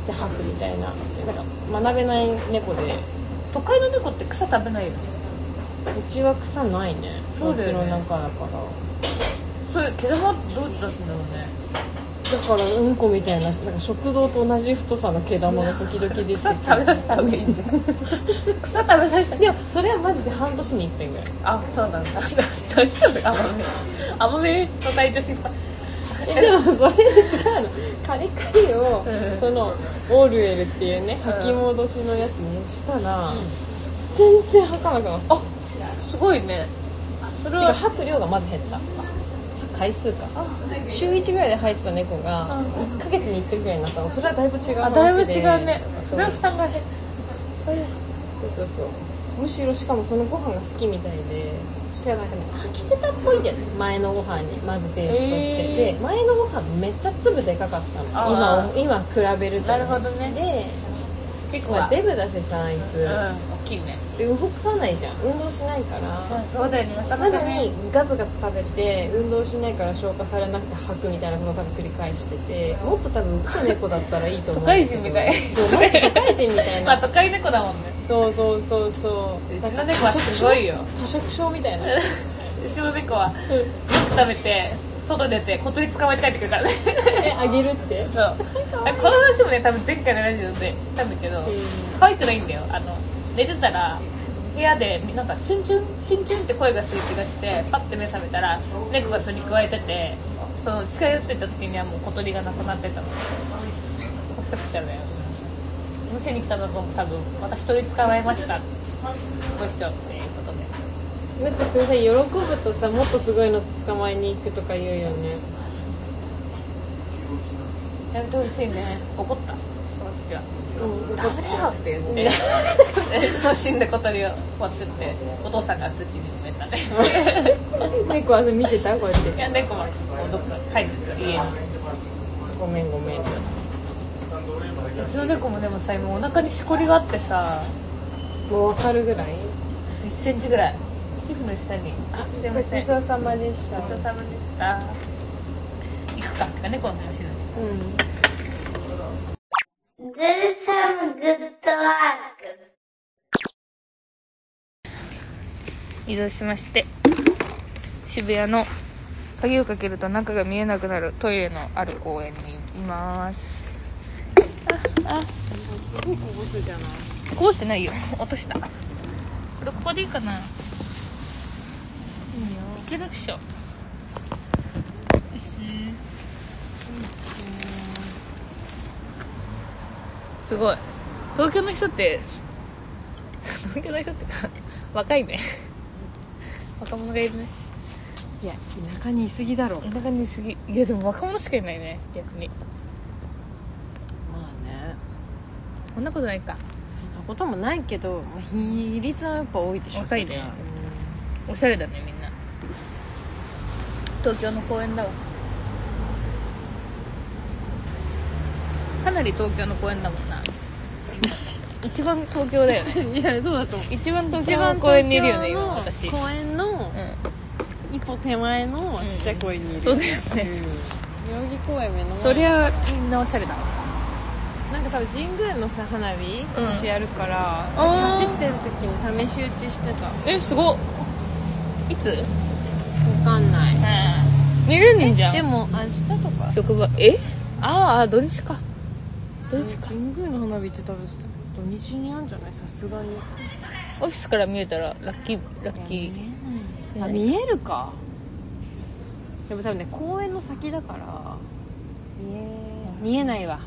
S2: で吐くみたいななんか学べない猫で
S1: 都会の猫って草食べないよね
S2: うちは草ないね
S1: そうだ
S2: ち
S1: よね
S2: の中だから
S1: それ毛玉どうやって出すんだろうね
S2: だからうんこみたいななんか食堂と同じ太さの毛玉が時々出てきて
S1: 草食べさせた方がいいんじゃん草食べさせた
S2: でもそれはマジで半年に一遍ぐらい
S1: あそうなんだ大丈夫甘め甘めの体調心配
S2: えでもそれは違うのカリカリを、
S1: うん
S2: そのオールエルっていうね
S1: うん
S2: 吐き戻しのやつにしたら、全然吐かなくなったあ
S1: すごいねあそれ
S2: てか
S1: は
S2: 吐く量がまず減った回数か
S1: あ
S2: 週1ぐらいで吐いてた猫が1ヶ月に1回ぐらいになったのそれはだいぶ違う話で
S1: あだいぶ違うね
S2: そ
S1: そうれは負担が減るそれ
S2: そうそうそうむしろしかもそのご飯が好きみたいでてかなんかね飽きてたっぽいんだよね前のご飯にまずペーストして
S1: へ
S2: て、
S1: ー
S2: 前のご飯めっちゃ粒でかかったの
S1: あー
S2: 今を今比べると
S1: なるほどね
S2: で
S1: 結構
S2: まあ
S1: は
S2: デブだしさあいつ、
S1: うん大きいね
S2: で動かないじゃん運動しないから
S1: そうそうだよねなか
S2: な
S1: なか
S2: のに
S1: ね
S2: ガツガツ食べて運動しないから消化されなくて吐くみたいなことを多分繰り返しててもっと多分浮く猫だったらいいと思うんですけど
S1: 都会人みたい
S2: そうマジで都会人みたい
S1: まあ
S2: な
S1: 都会猫だもんね
S2: そうそうそうそう
S1: うちの猫はすごいよ
S2: 多食症みたいな
S1: うちの猫はよく食べて外出て小鳥捕まえて帰ってくるからね
S2: えあげるって
S1: そう この話もね多分前回のラジオでしたんだけど可愛くないんだよあの寝てたら部屋でなんかチュンチュンチュンチュンって声がする気がしてパッて目覚めたら猫が取り加えててその近寄ってった時にはもう小鳥がなくなってたのおしゃくしゃだよ店に来たのも多分また一人捕まえましたご一緒っていうことで
S2: だってそれさ喜ぶとさもっとすごいの捕まえに行くとか言うよね
S1: やめてほしいね怒ったその時は
S2: うん
S1: ダメだよって言 ってそう死んだ小鳥を持ってってお父さんが土に埋めたね
S2: 猫はさ見てたこうやっ
S1: い
S2: て
S1: や猫はもうどっか帰ってった家に
S2: ごめんごめん
S1: うちの猫もでもさ今お腹にしこりがあってさ
S2: もうわかるぐらい
S1: 1センチぐらい皮膚の下にあすいま
S2: ご
S1: せん
S2: ち
S1: ごち
S2: そうさまでした
S1: そうさまでした行くかってか猫の話なんですよ
S2: うん
S3: Do some good work.
S1: 移動しまして渋谷の鍵をかけると中が見えなくなるトイレのある公園にいますああ
S2: すごいこぼすじゃない
S1: こぼしてないよ落としたこれここでいいかないいけるっしょすごい東京の人って東京の人ってか若いね若者がいるね
S2: いや田舎にいすぎだろ
S1: 田舎にいすぎいやでも若者しかいないね逆に
S2: まあね
S1: そんなことないか
S2: そんなこともないけど、まあ、比率はやっぱ多いでしょ
S1: 若いね
S2: そりゃ
S1: おしゃれだねみんな東京の公園だわかなり東京の公園だもんな 一番東京だよね
S2: うんいやそうだと思う
S1: 一番東
S2: 一
S1: 京
S2: 番
S1: の公園にいるよね
S2: 東
S1: 今
S2: 京の
S1: 私、うん、
S2: 公園の一歩手前のちっちゃい公園にいる、
S1: そうだよね、
S2: うん代々木公園目の前
S1: そりゃみんなおしゃれだわ
S2: なんか多分神宮のさ花火
S1: うん
S2: 私やるから、
S1: あー
S2: さっき走ってる時に試し打ちしてたわ
S1: えすごっいつ
S2: かんない
S1: 見れねえじゃん
S2: でも明日とか
S1: 職場えあーあー土日か土日か
S2: 神宮の花火って多分土日にあんじゃないさすがに
S1: オフィスから見えたらラッキーラッキー
S2: あ見えるかでも多分ね公園の先だから見え見えないわ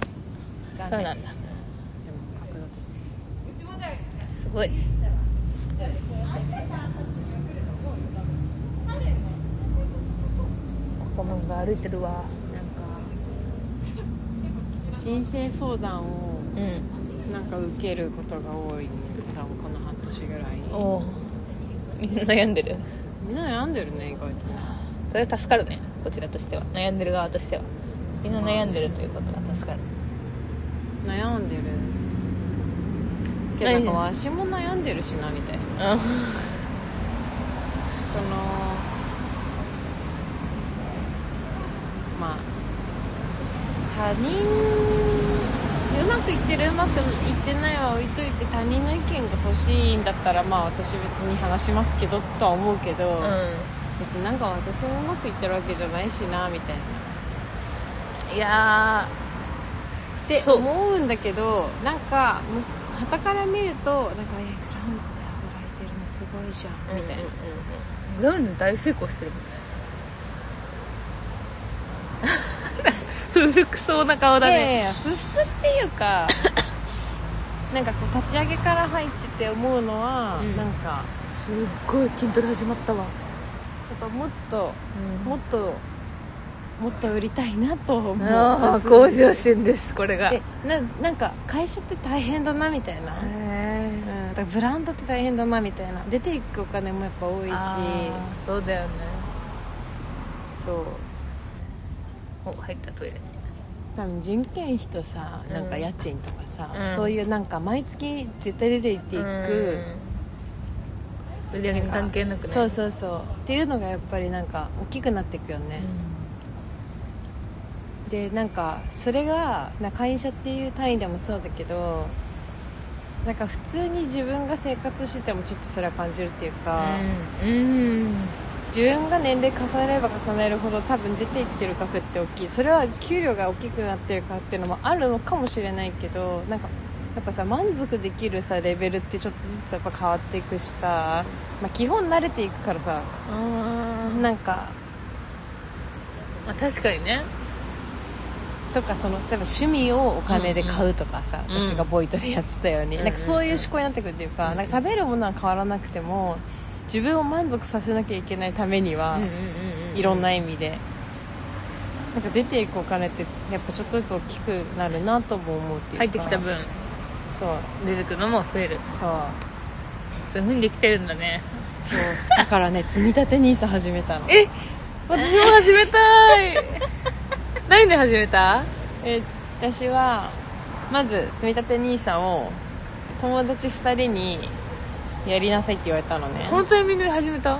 S2: 残
S1: そう
S2: 念
S1: なんだ
S2: でも角度的に
S1: すごいここも歩いてるわ
S2: なんか人生相談を
S1: うん
S2: なんか受けることが多い多分この半年ぐらい
S1: おおみんな悩んでる
S2: みんな悩んでるね意外とね
S1: それは助かるねこちらとしては悩んでる側としてはみんな悩んでるということが助かる
S2: 悩んでるけどなんかわしも悩んでるしなみたいなそのまあ他人うまくいってるうまくいってないは置いといて他人の意見が欲しいんだったらまあ私別に話しますけどとは思うけど、
S1: う
S2: 別になんか私もうまくいってるわけじゃないしなみたいな
S1: うんいや
S2: って
S1: そう
S2: 思うんだけどなんかはたから見るとなんかえグラウンズで働いてるのすごいじゃ
S1: ー
S2: んみたいな、
S1: グラウンド大成功してるもんね 不服そうな顔だ
S2: いやいやい
S1: ね
S2: や不服ってい うかなんかこう立ち上げから入ってて思うのは、
S1: うん
S2: なんか
S1: すっごい筋トレ始まったわ
S2: やっぱもっと
S1: も
S2: もっともっと売りたいなと思う
S1: ああ
S2: す
S1: 向上心ですこれがへ
S2: でななんか会社って大変だなみたいな、うん、
S1: え
S2: だからブランドって大変だなみたいな出ていくお金もやっぱ多いし
S1: そうだよね
S2: そう
S1: お入ったトイレ
S2: 多分人件費とさなんか
S1: うん
S2: 家賃とかさ、
S1: うん
S2: そういうなんか毎月絶対出ていっていく、
S1: うん売り上げに関係なくね
S2: そうそうそうっていうのがやっぱりなんか大きくなっていくよね、でなんかそれがな会社っていう単位でもそうだけどなんか普通に自分が生活しててもちょっとそれは感じるっていうか、
S1: うんうん、
S2: 自分が年齢重ねれば重ねるほど多分出ていってる額って大きいそれは給料が大きくなってるからっていうのもあるのかもしれないけどなんかやっぱさ満足できるさレベルってちょっとずつやっぱ変わっていくしさ、まあ、基本慣れていくからさ
S1: うん
S2: なんか
S1: まあ、確かにね
S2: とかその例えば趣味をお金で買うとかさ、
S1: うんうん
S2: 私がボイトレやってたように、
S1: うん
S2: なんかそういう思考になってくるっていうか,、なんか食べるものは変わらなくても自分を満足させなきゃいけないためには、
S1: うん
S2: いろん
S1: な
S2: な意味でなんか出ていくお金ってやっぱちょっとずつ大きくなるなとも思うっていうか
S1: 入ってきた分
S2: そう
S1: 出てくるのも増える
S2: そう
S1: そういうふうにできてるんだね
S2: そうだから ね積み立て NISA 始めたの
S1: え私も始めたい 何で始めた
S2: え私はまず積み立て NISA を友達2人にやりなさいって言われたのね
S1: このタイミングで始めた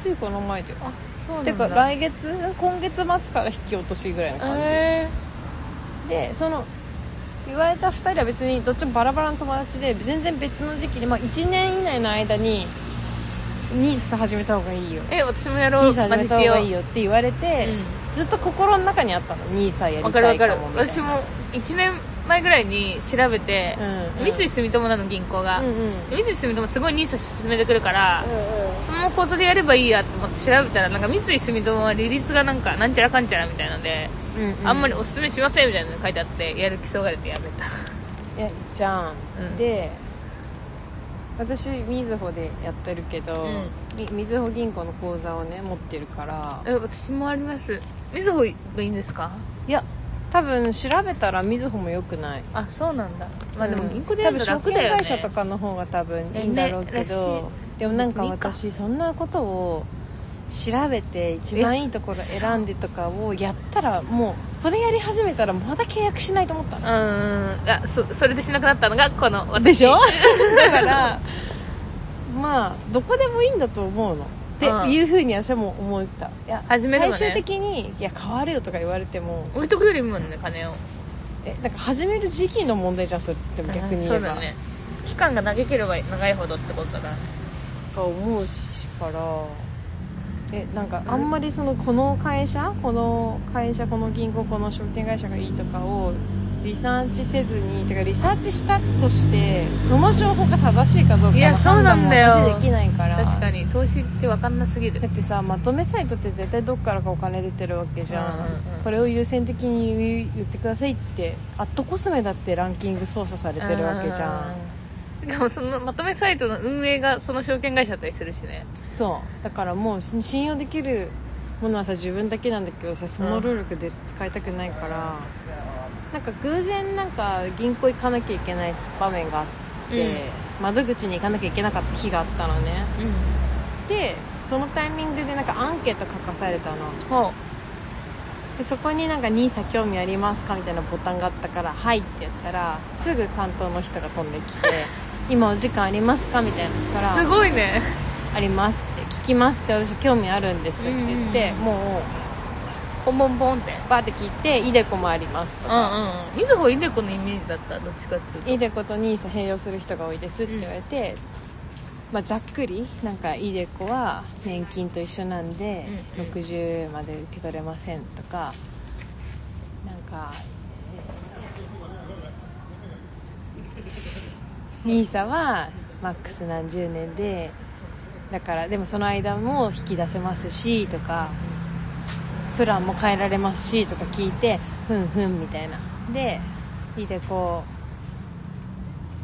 S2: ついこの前で
S1: あそうなん
S2: て
S1: だ
S2: か来月今月末から引き落としぐらいの感じ、
S1: え
S2: でその言われた2人は別にどっちもバラバラの友達で全然別の時期で、まあ、1年以内の間にニーサ始めた方がいいよ
S1: ー、え私もやろ
S2: ニー
S1: う
S2: サ
S1: 真似
S2: 始めた
S1: し
S2: 方
S1: よ
S2: が
S1: う
S2: いいよって言われて、ずっと心の中にあったのニーサや
S1: わ
S2: り
S1: かる
S2: た
S1: わ
S2: い
S1: か
S2: か
S1: る
S2: もみたいな
S1: 私も1年前ぐらいに調べて、
S2: うんうん
S1: 三井住友なの銀行が、
S2: うんうん
S1: 三井住友すごい NISA 進めてくるから、そ
S2: う
S1: の構図でやればいいやと思って調べたらなんか三井住友は利率がなんかなんちゃらかんちゃらみたいなので、
S2: んうんう
S1: あんまりおすすめしませんみたいなの書いてあってやる気そうが出てやめた
S2: えじゃん、
S1: うん
S2: で私みずほでやってるけど、
S1: うん
S2: みみずほ銀行の口座をね持ってるから
S1: え私もありますみずほがいいんですか
S2: いや多分調べたらみずほもよくない
S1: あそうなんだまあでも銀行でやる
S2: 多
S1: と
S2: 分証
S1: 楽だ
S2: 券
S1: よね
S2: 会社とかの方が多分いいんだろうけ
S1: ね
S2: ど、
S1: らしい
S2: でもなんか
S1: いいか
S2: 私そんなことを調べて一番いいところ選んでとかをやったらもうそれやり始めたらまだ契約しないと思ったの
S1: うーんあそそれでしなくなったのがこの私
S2: でしょ だからまあどこでもいいんだと思うのって
S1: うん
S2: いうふうに私はもう思ったいや
S1: 始めればね
S2: 最終的にいや変わるよとか言われても
S1: 置いとくよりもね金を
S2: えだから始める時期の問題じゃんそれって逆に
S1: そ
S2: 言え
S1: う
S2: ば、
S1: だね期間が長ければ長いほどってことだから
S2: と思うしからえなんかあんまりそのこの会社この会社この銀行この証券会社がいいとかをリサーチせずにてかリサーチしたとしてその情報が正しいかどうか
S1: いや
S2: の判断
S1: そうな
S2: も
S1: んだよ
S2: 私できないから
S1: 確かに投資って分かんなすぎる
S2: だってさまとめサイトって絶対どっからかお金出てるわけじゃ
S1: う
S2: ん,、
S1: んうんうん
S2: これを優先的に言う言ってくださいってアットコスメだってランキング操作されてるわけじゃん
S1: うんしかもそのまとめサイトの運営がその証券会社だったりするしね
S2: そうだからもうし信用できるものはさ自分だけなんだけどさその労力で使いたくないから、なんか偶然なんか銀行行かなきゃいけない場面があって、窓口に行かなきゃいけなかった日があったのね
S1: うん
S2: でそのタイミングでなんかアンケート書かされたの
S1: ほ
S2: でそこになんか NISA 興味ありますかみたいなボタンがあったから「はい」ってやったらすぐ担当の人が飛んできて「今お時間ありますか?」みたいなのから
S1: うすごいね
S2: ありますって聞きますって私興味あるんですって言って、
S1: うん
S2: もう
S1: ポンポンポンって
S2: バーって聞いてイデコもありますと
S1: う
S2: か、
S1: んうんみずほいでこのイメージだったどっちかっていうと
S2: イデコとニーサ併用する人が多いですって言われて、まあ、ざっくりなんかイデコは年金と一緒なんで、
S1: うんうん
S2: 60まで受け取れませんとかなんかニーサはマックス何十年でだからでもその間も引き出せますしとかプランも変えられますしとか聞いてふんふんみたいなでいでこ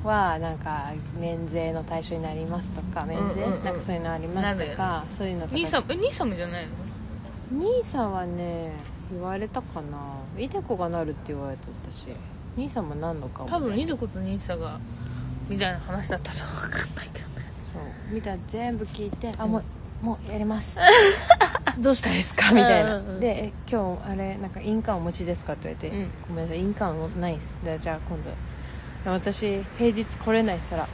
S2: はなんか免税の対象になりますとか免税、
S1: うんうんうん
S2: なんかそういうのありますと
S1: な
S2: かそういうのとか
S1: 兄さんえ兄さんもじゃないの
S2: 兄さんはね言われたかないでこがなるって言われてたし兄さんもなんのかも
S1: 多分いでこと兄さんがみたいな話だったと分かんないけどね
S2: そうみたいな全部聞いて「あ
S1: うん
S2: もうもうやり ます」「どうしたですか?」みたいな
S1: うんうんう
S2: 「
S1: ん
S2: でえ今日あれなんか印鑑お持ちですか?」って言われて「
S1: うん
S2: ごめんなさい印鑑ないっす」でじゃあ今度で私平日来れないっすから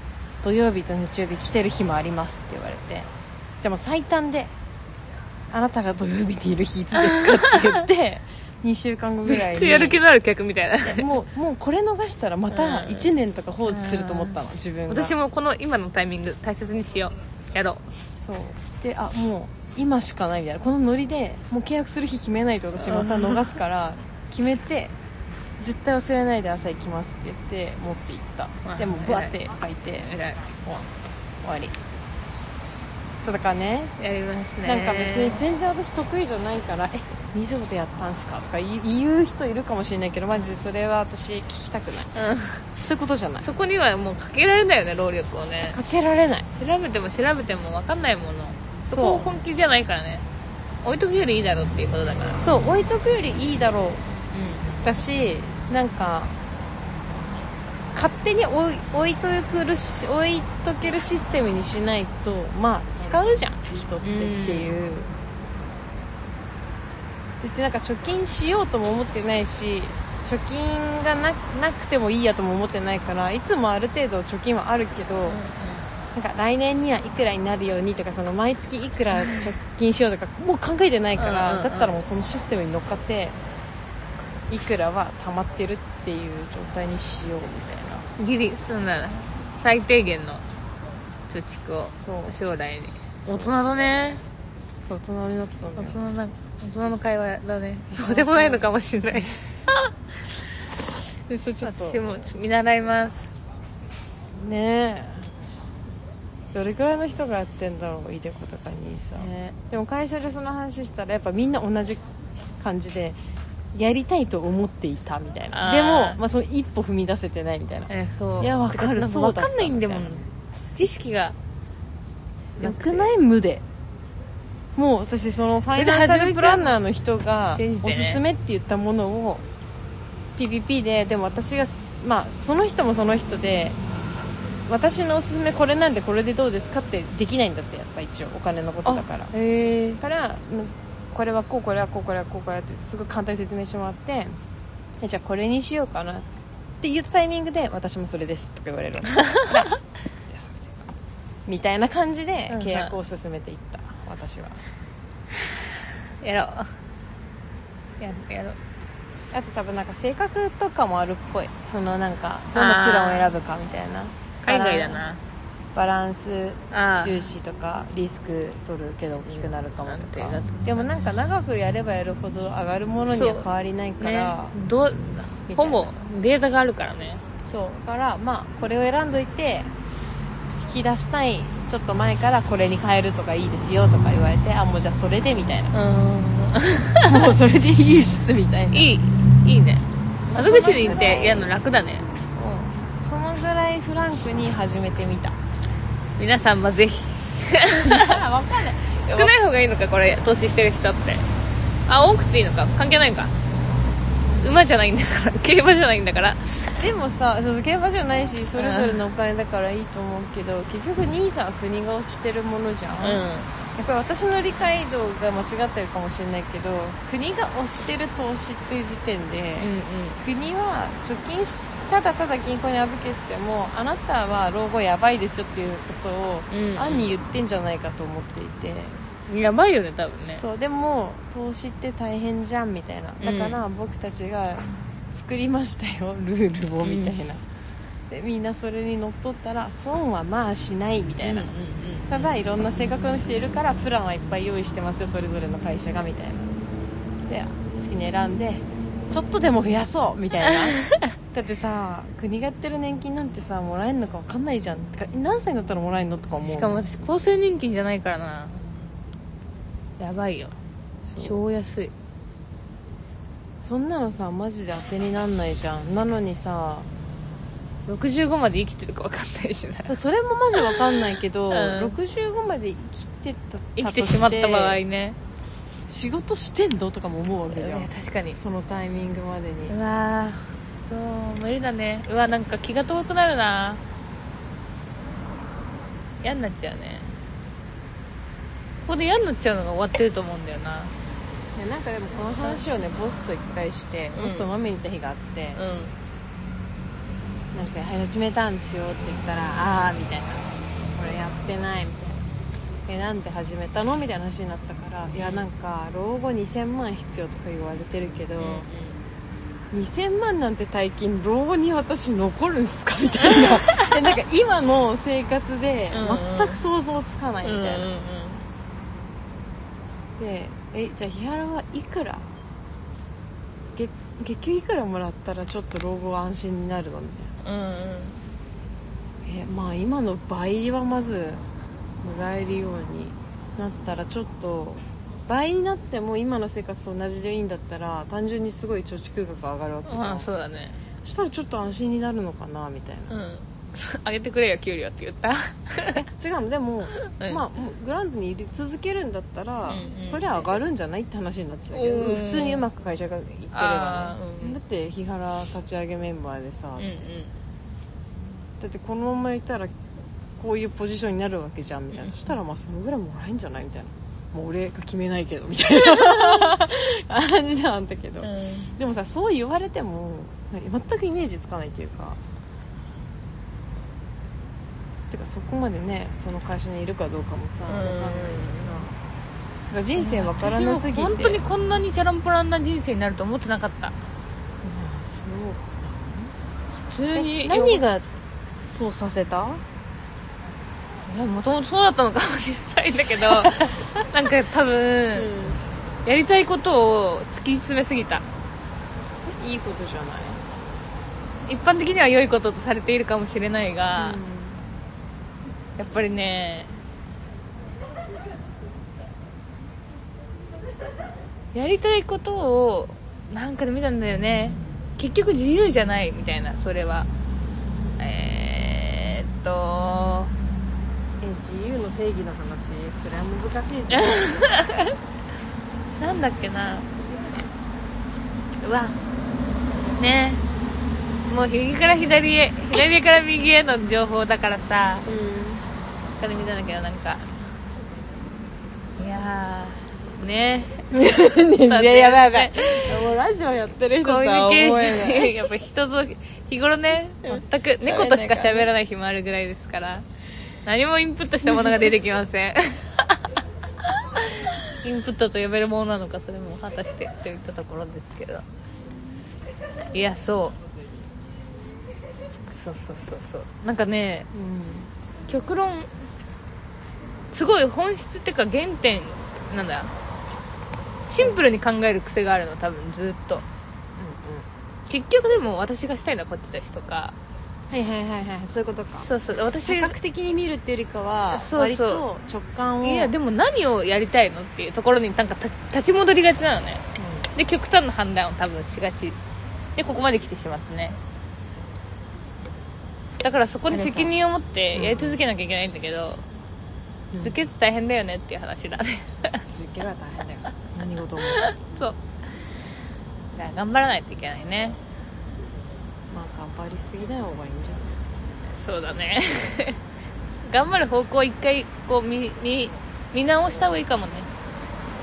S2: 土曜日と日曜日来てる日もありますって言われてじゃあもう最短で「あなたが土曜日にいる日いつですか?」って言って 2週間後ぐ
S1: め
S2: らい
S1: っ
S2: に
S1: ちゃやる気のある客みたいな
S2: もうもうこれ逃したらまた
S1: うん
S2: 1年とか放置すると思ったの自分が
S1: 私もこの今のタイミング大切にしようやろ
S2: そうであもう今しかないみたいなこのノリでもう契約する日決めないと私また逃すから決めて絶対忘れないで朝行きますって言って持って行った
S1: わ
S2: でもうバーって書いて
S1: う偉い
S2: 終わ終わりそうだからね
S1: やりますね
S2: なんか別に全然私得意じゃないから「え水本やったんすか?」とか言う言う人いるかもしれないけどマジでそれは私聞きたくないそういうことじゃない
S1: そこにはもうかけられないよね労力をね
S2: かけられない
S1: 調べても調べても分かんないもの
S2: そ
S1: そうこを本気じゃないからね置いとくよりいいだろうっていうことだから
S2: そう置いとくよりいいだろう
S1: う
S2: だしなんか勝手に置い置いとくるし置いとけるシステムにしないとまあ使うじゃん人ってっていう別になんか貯金しようとも思ってないし貯金がななくてもいいやとも思ってないからいつもある程度貯金はあるけど、
S1: ん
S2: なんか来年にはいくらになるようにとかその毎月いくら貯金しようとかもう考えてないから、
S1: うんうんうん
S2: だったらもうこのシステムに乗っかっていくらは溜まってるっていう状態にしようみたいな
S1: ギリそんな最低限の貯蓄
S2: そ
S1: を
S2: う
S1: 将来に大人だね
S2: 大人になったんだ
S1: 大
S2: よ
S1: 人な大人の会話だねそうでもないのかもしれない
S2: でそれちょっと
S1: 私も見習います
S2: ねえどれくらいの人がやってんだろういでことかにさ、
S1: ね
S2: でも会社でその話したらやっぱみんな同じ感じでやりたいと思っていたみたいな
S1: あー
S2: でも、まあ、その一歩踏み出せてないみたいな
S1: えそう
S2: い
S1: い
S2: やわかるそうだ
S1: わ
S2: った
S1: かんないんだもん
S2: みたい
S1: 知識が
S2: なくない無でもう私そのファイナンシャルプランナーの人が
S1: 信じて
S2: お
S1: ね
S2: すすめって言ったものを PPP ででも私がまあその人もその人で私のおすすめこれなんでこれでどうですかってできないんだってやっぱ一応お金のことだからだ
S1: へえ
S2: からうんこれはこうこれはこうこれはこうこれはってすごい簡単に説明してもらってえじゃあこれにしようかなって言ったタイミングで私もそれですとか言われるわ けいやそれでみたいな感じで
S1: うんうん
S2: 契約を進めていった私は
S1: やろうややろう
S2: あと多分なんか性格とかもあるっぽいそのなんかどんなプランを選ぶかみたいな
S1: 海外だな
S2: バランス
S1: あ
S2: 重視とかリスク取るけど大きくなるかも
S1: うん
S2: と
S1: 安定だ
S2: か
S1: と
S2: でもなんか長くやればやるほど上がるものには変わりない
S1: あ
S2: か
S1: ね
S2: ら
S1: どう
S2: みたい
S1: ほ
S2: な
S1: ぼデータがあるからね
S2: そうだからまあこれを選んどいて引き出したいちょっと前からこれに変えるとかいいですよとか言われてあもうじゃあそれでみたいなも うそれでいいっすみたいな、うん、
S1: いいいいね窓口に行ってやるの楽だね
S2: そのぐらいフランクに始めてみた
S1: 皆さんも ぜひ
S2: 分かんない
S1: 少ない方がいいのかこれ投資してる人ってあ多くていいのか関係ないのか馬じゃないんだから競馬じゃないんだから
S2: でもさそう競馬じゃないしそれぞれのお金だからいいと思うけど、結局兄さんは国が推してるものじゃん、
S1: う
S2: やっぱり私の理解度が間違ってるかもしれないけど国が推してる投資っていう時点で、
S1: うん
S2: 国は貯金しただただ銀行に預けててもあなたは老後やばいですよっていうことを
S1: うんうん
S2: 暗に言ってんじゃないかと思っていて、
S1: うんやばいよね多分ね
S2: そうでも投資って大変じゃんみたいなだから僕たちが作りましたよルールをみたいな、でみんなそれにのっとったら損はまあしないみたいな、ただいろんな性格の人いるからプランはいっぱい用意してますよそれぞれの会社がみたいなで好きに選んでちょっとでも増やそう みたいなだってさ国がやってる年金なんてさもらえるのか分かんないじゃんてか何歳になったらもらえるのとか思う
S1: しかも私厚生年金じゃないからなやばいよ
S2: そう
S1: 超安い
S2: そんなのさマジで当てになんないじゃんなのにさ
S1: 65まで生きてるか分かんないし な
S2: それもまず分かんないけど、
S1: うん
S2: 65まで生きてた
S1: 生きて
S2: と
S1: しまった場合ね
S2: 仕事してんのとかも思うわけ
S1: い
S2: じゃ
S1: や
S2: ん
S1: 確かに
S2: そのタイミングまでに
S1: うわーそう無理だねうわなんか気が遠くなるな嫌になっちゃうねここで嫌になっちゃうのが終わってると思うんだよない
S2: やなんかでもこの話をねボスと一回して、
S1: うん
S2: ボスと飲みに行った日があって、
S1: うん
S2: なんか始めたんですよって言ったらああーみたいなこれやってないみたいなえなんで始めたのみたいな話になったから、いやなんか老後2000万必要とか言われてるけど、2000万なんて大金老後に私残るんすかみた いなえなんか今の生活で
S1: うんうん
S2: 全く想像つかないみ
S1: うんうん
S2: たいな、
S1: うん
S2: でえじゃあ日原はいくら月月給いくらもらったらちょっと老後は安心になるのみたい
S1: うんうん
S2: なえまあ今の倍はまずもらえるようになったらちょっと倍になっても今の生活と同じでいいんだったら単純にすごい貯蓄額が上がるわけじゃ
S1: ま
S2: ん
S1: あ
S2: そ
S1: そうだね
S2: したらちょっと安心になるのかなみたいな
S1: うん あげてくれよ給料って言った
S2: え違うのでも、
S1: うん
S2: まあもうグランズに入れ続けるんだったら、
S1: うんうん
S2: そりゃ上がるんじゃないって話になってたけど、
S1: うん
S2: 普通にうまく会社がいってれば
S1: あ
S2: ね、
S1: ーうん
S2: だって日原立ち上げメンバーでさ、
S1: うんうん
S2: だってこのままいたらこういうポジションになるわけじゃんみたいな、そしたらまあそのぐらいもらえんじゃないみたいなもう俺が決めないけどみたい な感じなんだけど、でもさそう言われても全くイメージつかないっていうかてかそこまでねその会社にいるかどうかもさ
S1: うん
S2: 分かんないしさだから人生分からなすぎて
S1: 私も本当にこんなにチャランポランな人生になると思ってなかった
S2: うんそう
S1: 普通に
S2: え何がそうさせた
S1: いやもともとそうだったのかもしれないんだ けどなんか多
S2: う
S1: 分、やりたいことを突き詰めすぎた
S2: いいことじゃな
S1: 一般的には良いこととされているかもしれないが、
S2: い、うん
S1: やっぱりねやりたいことをなんかで見たんだよね結局自由じゃないみたいなそれはえー、っと
S2: え自由の定義の話それは難しいじ
S1: なんだっけな
S2: ゃんうわ
S1: ねもう右から左へ左から右への情報だからさ
S2: う
S1: かで見たんだけどなんかいやー ね
S2: んいや
S1: だ
S2: ば
S1: っ
S2: い
S1: て
S2: やばいやばい もうラジオやってる人 と
S1: コミ
S2: は
S1: ュニ
S2: 思え
S1: ケ
S2: ない
S1: ーション やっぱ人と日頃ね全く猫としか喋らない日もあるぐらいですから何もインプットしたものが出てきませ んインプットと呼べるものなのかそれも果たしてといったところですけどいやそうそうそうそうそうなんかね極論すごい本質ってか原点なんだシンプルに考える癖があるの多分ずっと結局でも私がしたいのはこっちだしとか
S2: はいはいはいはいそういうことか
S1: そうそう私
S2: 視
S1: が
S2: 覚的に見るっていうよりかは
S1: そう
S2: 割
S1: そう
S2: と直感を
S1: いやでも何をやりたいのっていうところになんかた立ち戻りがちなのねで極端な判断を多分しがちでここまで来てしまってねだからそこに責任を持ってやり続けなきゃいけないんだけど、
S2: うん
S1: 続けると大変だよねっていう話だね
S2: うん続けるは 大変だよ何事も
S1: そうだから頑張らないといけないね
S2: まあ頑張りすぎない方がいいんじゃない
S1: そうだね 頑張る方向を一回こう見見見直した方がいいかもね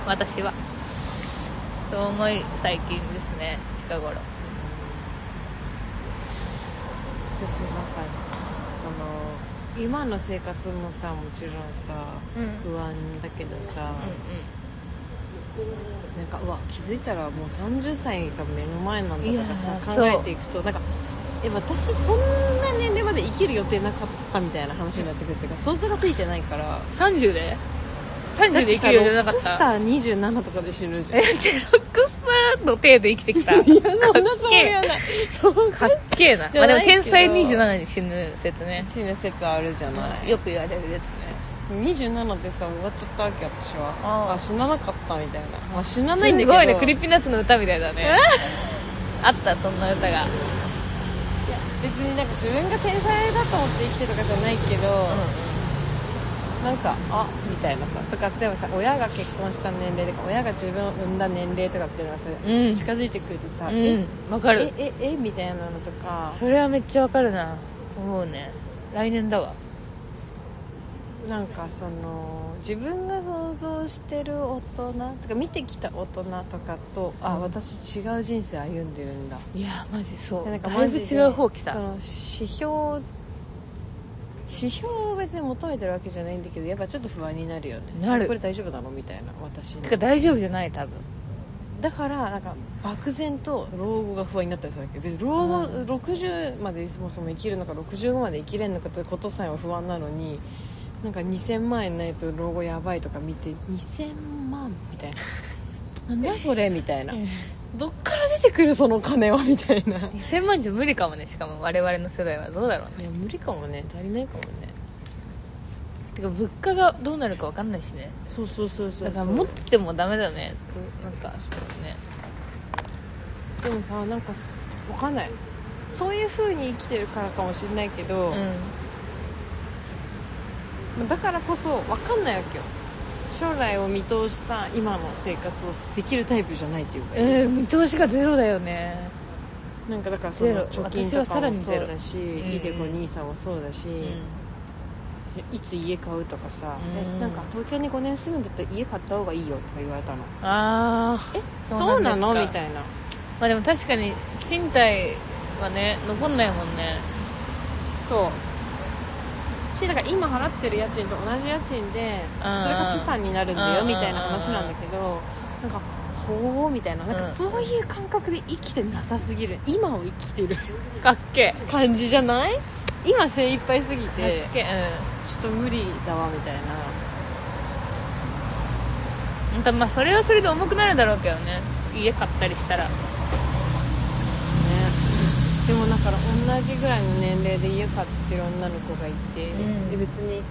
S1: 私はそう思い最近ですね近頃
S2: 私なんかその今の生活もさもちろんさ
S1: うんうん
S2: 不安だけどさ、なんかうわ気づいたらもう30歳が目の前なんだとか
S1: いやー
S2: さ
S1: そう
S2: 考えていくとなんかえ私そんな年齢まで生きる予定なかったみたいな話になってくるっていうか想像がついてないから
S1: 30で
S2: だ
S1: 30で生きるようじゃなか
S2: ロッ
S1: っ
S2: クスタ
S1: た
S2: ー27とかで死ぬじゃ ん
S1: えでロックスターの体で生きてきた
S2: そんなつもりはない
S1: かっけえな
S2: じ
S1: ま
S2: ゃ
S1: あで
S2: な
S1: も
S2: いけど
S1: 天才27に死ぬ説ね
S2: 死ぬ説あるじゃない
S1: よく言われるやつね
S2: 27でさ終わっちゃったわけ私は
S1: あー
S2: あ死ななかったみたいな、まあ、死な
S1: す
S2: ないんだけど
S1: ごいねクリーピーナッツの歌みたいだねあったそんな歌が
S2: 別になんか自分が天才だと思って生きてとかじゃないけど、なんかあみたいなさとか例えばさ親が結婚した年齢とか親が自分を産んだ年齢とかっていうのがさ、
S1: うん
S2: 近づいてくるとさ、
S1: うん
S2: え
S1: わかる
S2: えええみたいなのとか
S1: それはめっちゃわかるな思うね来年だわ
S2: なんかその自分が想像してる大人とか見てきた大人とかとあ私違う人生歩んでるんだ
S1: いやマジそう
S2: でなんか
S1: だ
S2: マ
S1: いぶ
S2: ジで
S1: 違う方来た
S2: その指標指標を別に求めてるわけじゃないんだけどやっぱちょっと不安になるよね
S1: なる
S2: これ大丈夫なのみたいな私に
S1: てか大丈夫じゃない多分
S2: だからなんか漠然と老後が不安になったりするわけ別に老後
S1: うん
S2: 60までそもそも生きるのか65まで生きれるのかということさえは不安なのになんか2000万円ないと老後やばいとか見て2000万みたいななんだそれみたいなどっから出てくるその金はみたいない
S1: 2000万じゃ無理かもねしかも我々の世代はどうだろうね
S2: や無理かもね足りないかもね
S1: てか物価がどうなるかわかんないしね
S2: そうそうそうそう
S1: だから持っててもダメだねなんかそうね
S2: でもさなんかすわかんないそういう風に生きてるからかもしれないけど、
S1: う
S2: まあだからこそわかんないわけよ将来を見通した今の生活をできるタイプじゃないっていうか、
S1: ん、えー、見通しがゼロだよね
S2: なんかだからそ
S1: ゼロ
S2: の貯金と
S1: 私はさ
S2: からも
S1: に
S2: そ
S1: ゼロ
S2: うだし、
S1: ん
S2: イデコ兄さんもそうだし、
S1: うん
S2: いつ家買うとかさ、
S1: うん
S2: えなんか東京に5年住むんだったら家買った方がいいよとか言われたの
S1: ああえ
S2: そうなのみた
S1: いない
S2: な
S1: まあでも確かに賃貸はね残んないもんね
S2: そうしだから今払ってる家賃と同じ家賃でそれ
S1: うんうん
S2: が資産になるんだ
S1: うんうん
S2: よ
S1: うん
S2: みたいな話なんだけどなんかほうみたいななんか
S1: うん
S2: そういう感覚で生きてなさすぎる今を生 きてる
S1: かっけ
S2: 感じじゃない今精一杯すぎ
S1: えかってけえ
S2: ちょっと無理だわみたいな
S1: うんなんかまあそれはそれで重くなるだろうけどね家買ったりしたら
S2: ねでもだから同じぐらいの年齢で家買ってる女の子がいて、
S1: うん
S2: で別に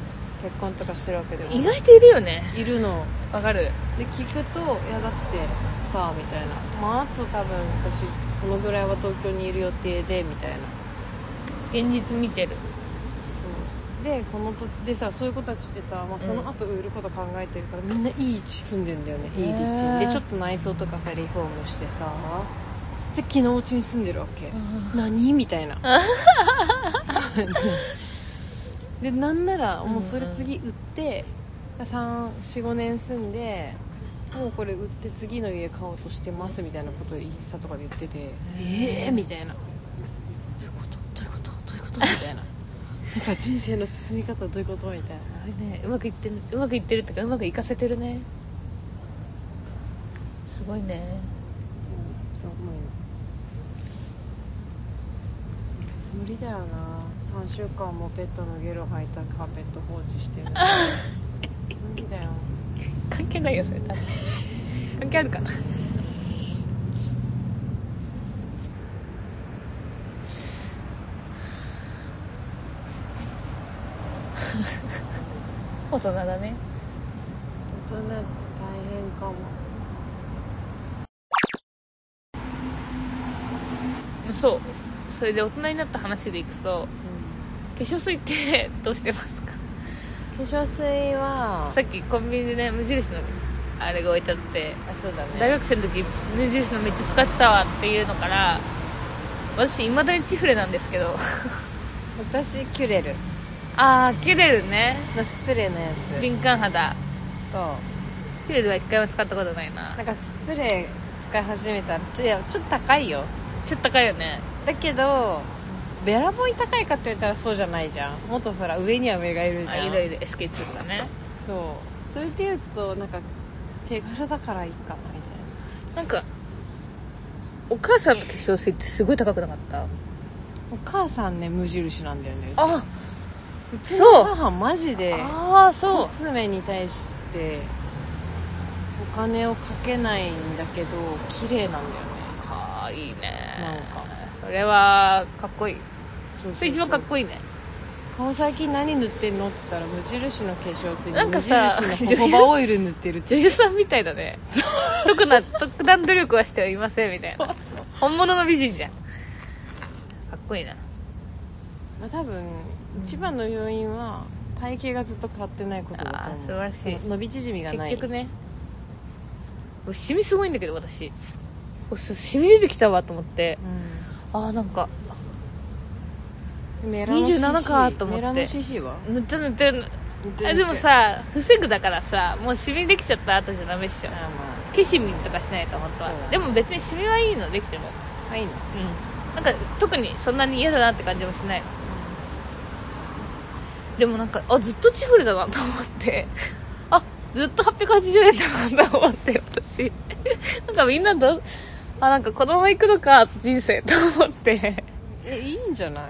S2: 結婚とかしてるわけでも
S1: 意外といるよね
S2: いるの
S1: わかる
S2: で聞くと「いやだってさ」みたいな「まああと多分私このぐらいは東京にいる予定で」みたいな
S1: 現実見てる
S2: そうでこのとでさそういう子たちってさ、まあ、その後売ること考えてるから、みんないい位置住んでんだよねいい立地に
S1: へ
S2: で
S1: ー
S2: ちょっと内装とかさリフォームしてさで昨日うちに住んでるわけ何み たいなでなんならもうそれ次売って345年住んでもうこれ売って次の家買おうとしてますみたいなことをインスタとかで言っててええー、みたいなどういうことどういうことどういうことみたい ななんか人生の進み方どういうことみたいな
S1: あれねうまくいってんうまくいってるってかうまくいかせてるねすごいね
S2: そうそう思う無理だよな3週間もペットのゲロ吐いたカーペット放置してる 無理だよ
S1: 関係ないよそれ多分関係あるかな大人だね
S2: 大人って大変かも
S1: そうそれで大人になった話でいくと化粧水ってどうしてますか
S2: 化粧水は
S1: さっきコンビニでね無印のあれが置いてあって
S2: あそうだね
S1: 大学生の時無印のめっちゃ使ってたわっていうのから私いまだにチフレなんですけど
S2: 私キュレル
S1: ああキュレルね
S2: のスプレーのやつ
S1: 敏感肌
S2: そう
S1: キュレルは一回も使ったことないな
S2: なんかスプレー使い始めたらちょいやちょっと高いよ
S1: ちょっと高いよね
S2: だけどべらぼうに高いかって言ったらそうじゃないじゃんもっとほら上には上がいるじ
S1: あ
S2: ゃん
S1: いろいろ SK2 とかね
S2: そうそれで言うとなんか手柄だからいいかなみたいな
S1: なんかお母さんの化粧水ってすごい高くなかった
S2: お母さんね無印なんだよね
S1: あ
S2: うち
S1: そ
S2: の
S1: う
S2: 母マジで
S1: ああそ
S2: コ
S1: う
S2: スメに対してお金をかけないんだけど綺麗なんだよね
S1: かわいいね
S2: なんか
S1: それはかっこいい
S2: そう
S1: それ一番かっこいいね
S2: 顔最近何塗ってんのって言ったら無印の化粧水に
S1: なん
S2: 無
S1: かさ
S2: 印のホホバオイル塗ってるって
S1: 女 優さんみたいだね特な特段努力はしてはいませんみたいな本物の美人じゃんかっこいいな
S2: まあ、多分一番の要因は体型がずっと変わってないことだと思
S1: あー
S2: う
S1: 素晴らしい
S2: その伸び縮みがない
S1: 結局ね俺シミすごいんだけど私これシミ出てきたわと思って
S2: う
S1: ああなんか
S2: んメラノ CC
S1: 27かと思って
S2: メラノ CC は
S1: 塗って塗ってる
S2: 塗って
S1: あでもさ防ぐだからさもうシミできちゃった後じゃダメっしょ
S2: あま
S1: 消しミとかしないと本当は
S2: そう
S1: でも別にシミはいいのできても
S2: あはいいの
S1: うんなんか特にそんなに嫌だなって感じもしないでもなんかあずっとチフルだなと思って あずっと880円だなと思って私 なんかみんなどあなんかこのまま行くのか人生と思って
S2: えいいんじゃな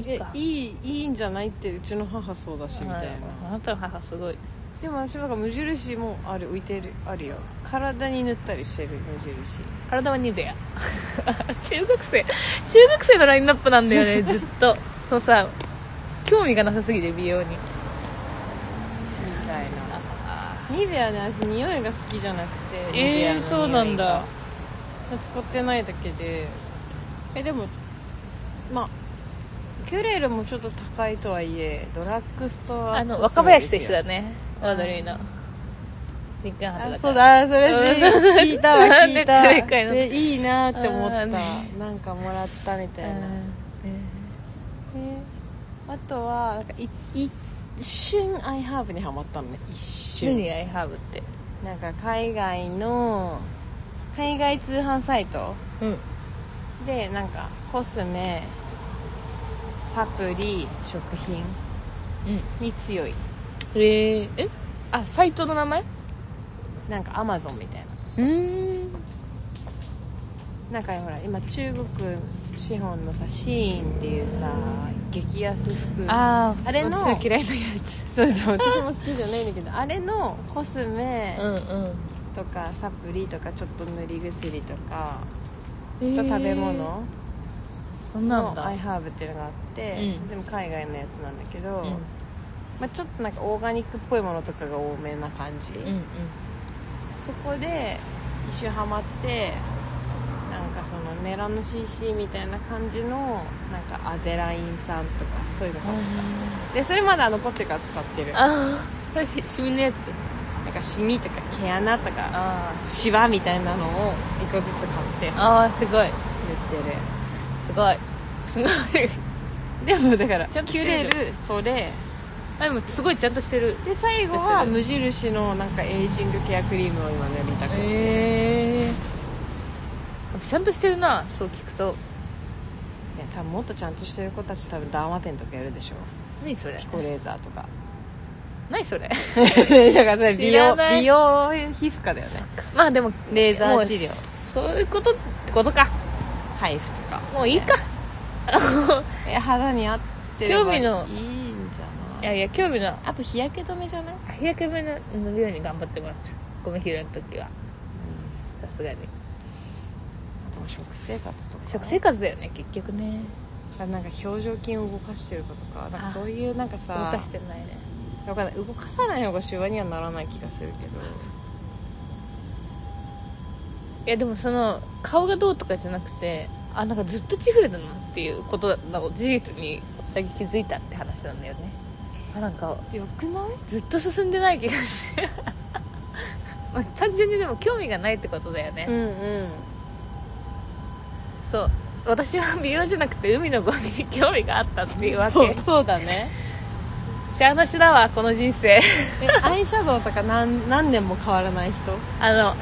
S1: いいか
S2: えいいいいんじゃないってうちの母そうだしみたいな、
S1: あなたの母すごい
S2: でも私なんか無印もある浮いてるあるよ体に塗ったりしてる無印
S1: 体はニベア 中学生中学生のラインナップなんだよ ねずっとそのさ興味がなさすぎて美容に
S2: みたいなニベアね私匂いが好きじゃなくてニベア
S1: え
S2: の匂い
S1: ー、
S2: が
S1: そうなんだ
S2: 使ってないだけでえでもまあキュレルもちょっと高いとはいえドラッグストア
S1: あの
S2: コス
S1: 若
S2: メ
S1: 林
S2: です
S1: と
S2: よ
S1: 一緒だねオードリーの日韓肌
S2: あ
S1: だ
S2: そう
S1: から
S2: だそれし聞いたわ聞いた
S1: ね冷たいの
S2: でいいなって思っ
S1: あ
S2: た
S1: ーね
S2: なんかもらったみたいな
S1: うん
S2: えあとはなんかいい一瞬アイハーブにはまったのね一瞬
S1: 何アイハーブって
S2: なんか海外の海外通販サイト
S1: うん
S2: でなんかコスメサプリ食品
S1: うん
S2: に強い
S1: えー、えあサイトの名前
S2: なんかアマゾンみたいな
S1: うん
S2: なんかほら今中国資本のさシーンっていうさ激安服
S1: ああ
S2: あれの
S1: 私の嫌いなやつ
S2: そうそう私も好きじゃないんだけどあれのコスメ
S1: うんうん
S2: とかサプリとかちょっと塗り薬とか
S1: え
S2: と
S1: ー
S2: 食べ物
S1: そんなん
S2: の
S1: だ
S2: アイハーブっていうのがあって、
S1: うん
S2: でも海外のやつなんだけど、
S1: うんうん
S2: まあ、ちょっとなんかオーガニックっぽいものとかが多めな感じ、
S1: うん
S2: そこで一周ハマってなんかそのメラノ CC みたいな感じのなんかアゼライン酸とかそういうのがあってたでそれまだ残ってるから使ってるな
S1: ああこれシミのやつ
S2: んかシミとか毛穴とか
S1: あ
S2: シワみたいなのを一個ずつ買って塗
S1: あああすごい
S2: っ
S1: すごいすごい
S2: てるでもだから
S1: ちゃんと
S2: キ
S1: して
S2: ュ
S1: る
S2: レルそれ
S1: あでもすごいちゃんとしてる
S2: で最後は無印のなんかエイジングケアクリームを今塗りたくて
S1: えー、ちゃんとしてるなそう聞くと
S2: いや多分もっとちゃんとしてる子たち多分ダーマペンとかやるでしょ
S1: 何それ
S2: ピコレーザーとか
S1: 何それ
S2: だからそれ美
S1: 知ら
S2: 容
S1: ない
S2: 美容皮膚科だよね
S1: まあでも
S2: レーザー治
S1: もう
S2: 療
S1: そういうことってことか
S2: 配布とか
S1: もういいか
S2: え肌に合ってれば
S1: 興味の
S2: いいんじ
S1: い
S2: ゃない
S1: やいや興味の
S2: あと日焼け止めじゃない
S1: 日焼け止めの塗るように頑張ってもらってゴミ拾いの時はさすがに
S2: あと食生活とか
S1: 食生活だよね結局ね
S2: なんか表情筋を動かしてるかとかなんか
S1: あ
S2: そういうなんか
S1: 動
S2: さ
S1: かしてないね
S2: わかんない動かさない方が手話にはならない気がするけど
S1: いやでもその顔がどうとかじゃなくてあなんかずっとチフレだなっていうことの事実に最近気づいたって話なんだよねあなんか
S2: よくない
S1: ずっと進んでない気がする まあ単純にでも興味がないってことだよね、
S2: うんうん
S1: そう私は美容じゃなくて海のゴミに興味があったっていうわけ
S2: そうそうだね
S1: 幸せだわこの人生
S2: えアイシャドウとか何何年も変わらない人
S1: あの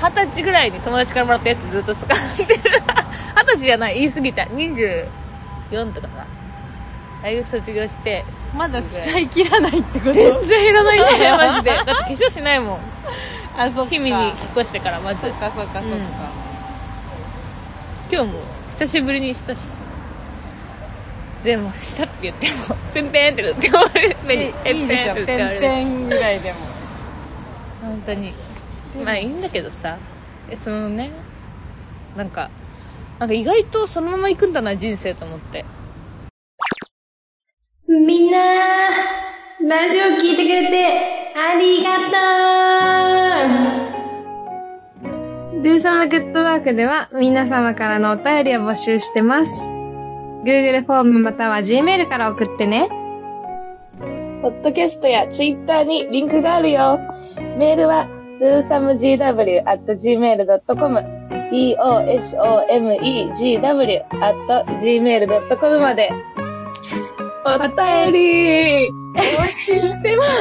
S1: 二十歳ぐらいに友達からもらったやつずっと使ってる 二十歳じゃない言い過ぎた24とかさ大学卒業 して
S2: まだ使い切らないってこ
S1: 全
S2: と
S1: 然いらないね マジでだって化粧しないもん
S2: あそっか
S1: 氷見に引っ越してからま
S2: そ
S1: ず
S2: っかそっかそっ
S1: うん
S2: か、
S1: 今日も久しぶりにしたし全部したって言ってもペンペンって言っても目にペ
S2: えいい
S1: ン
S2: で
S1: ペ
S2: し
S1: ン
S2: ょ
S1: っ
S2: ペ
S1: て言って
S2: ン
S1: あれる
S2: ペンぐらいでも
S1: 本当にまあいいんだけどさえそのねなんかなんか意外とそのまま行くんだな人生と思って
S3: みんな、ラジオ聞いてくれてありがとう
S4: ルー様グッドワークでは皆様からのお便りを募集してます。Google フォームまたは Gmail から送ってね。
S5: ポッドキャストやツイッターにリンクがあるよ。メールは dosamegw.gmail.com dosomegw.gmail.com まで。お便りお待ちしてます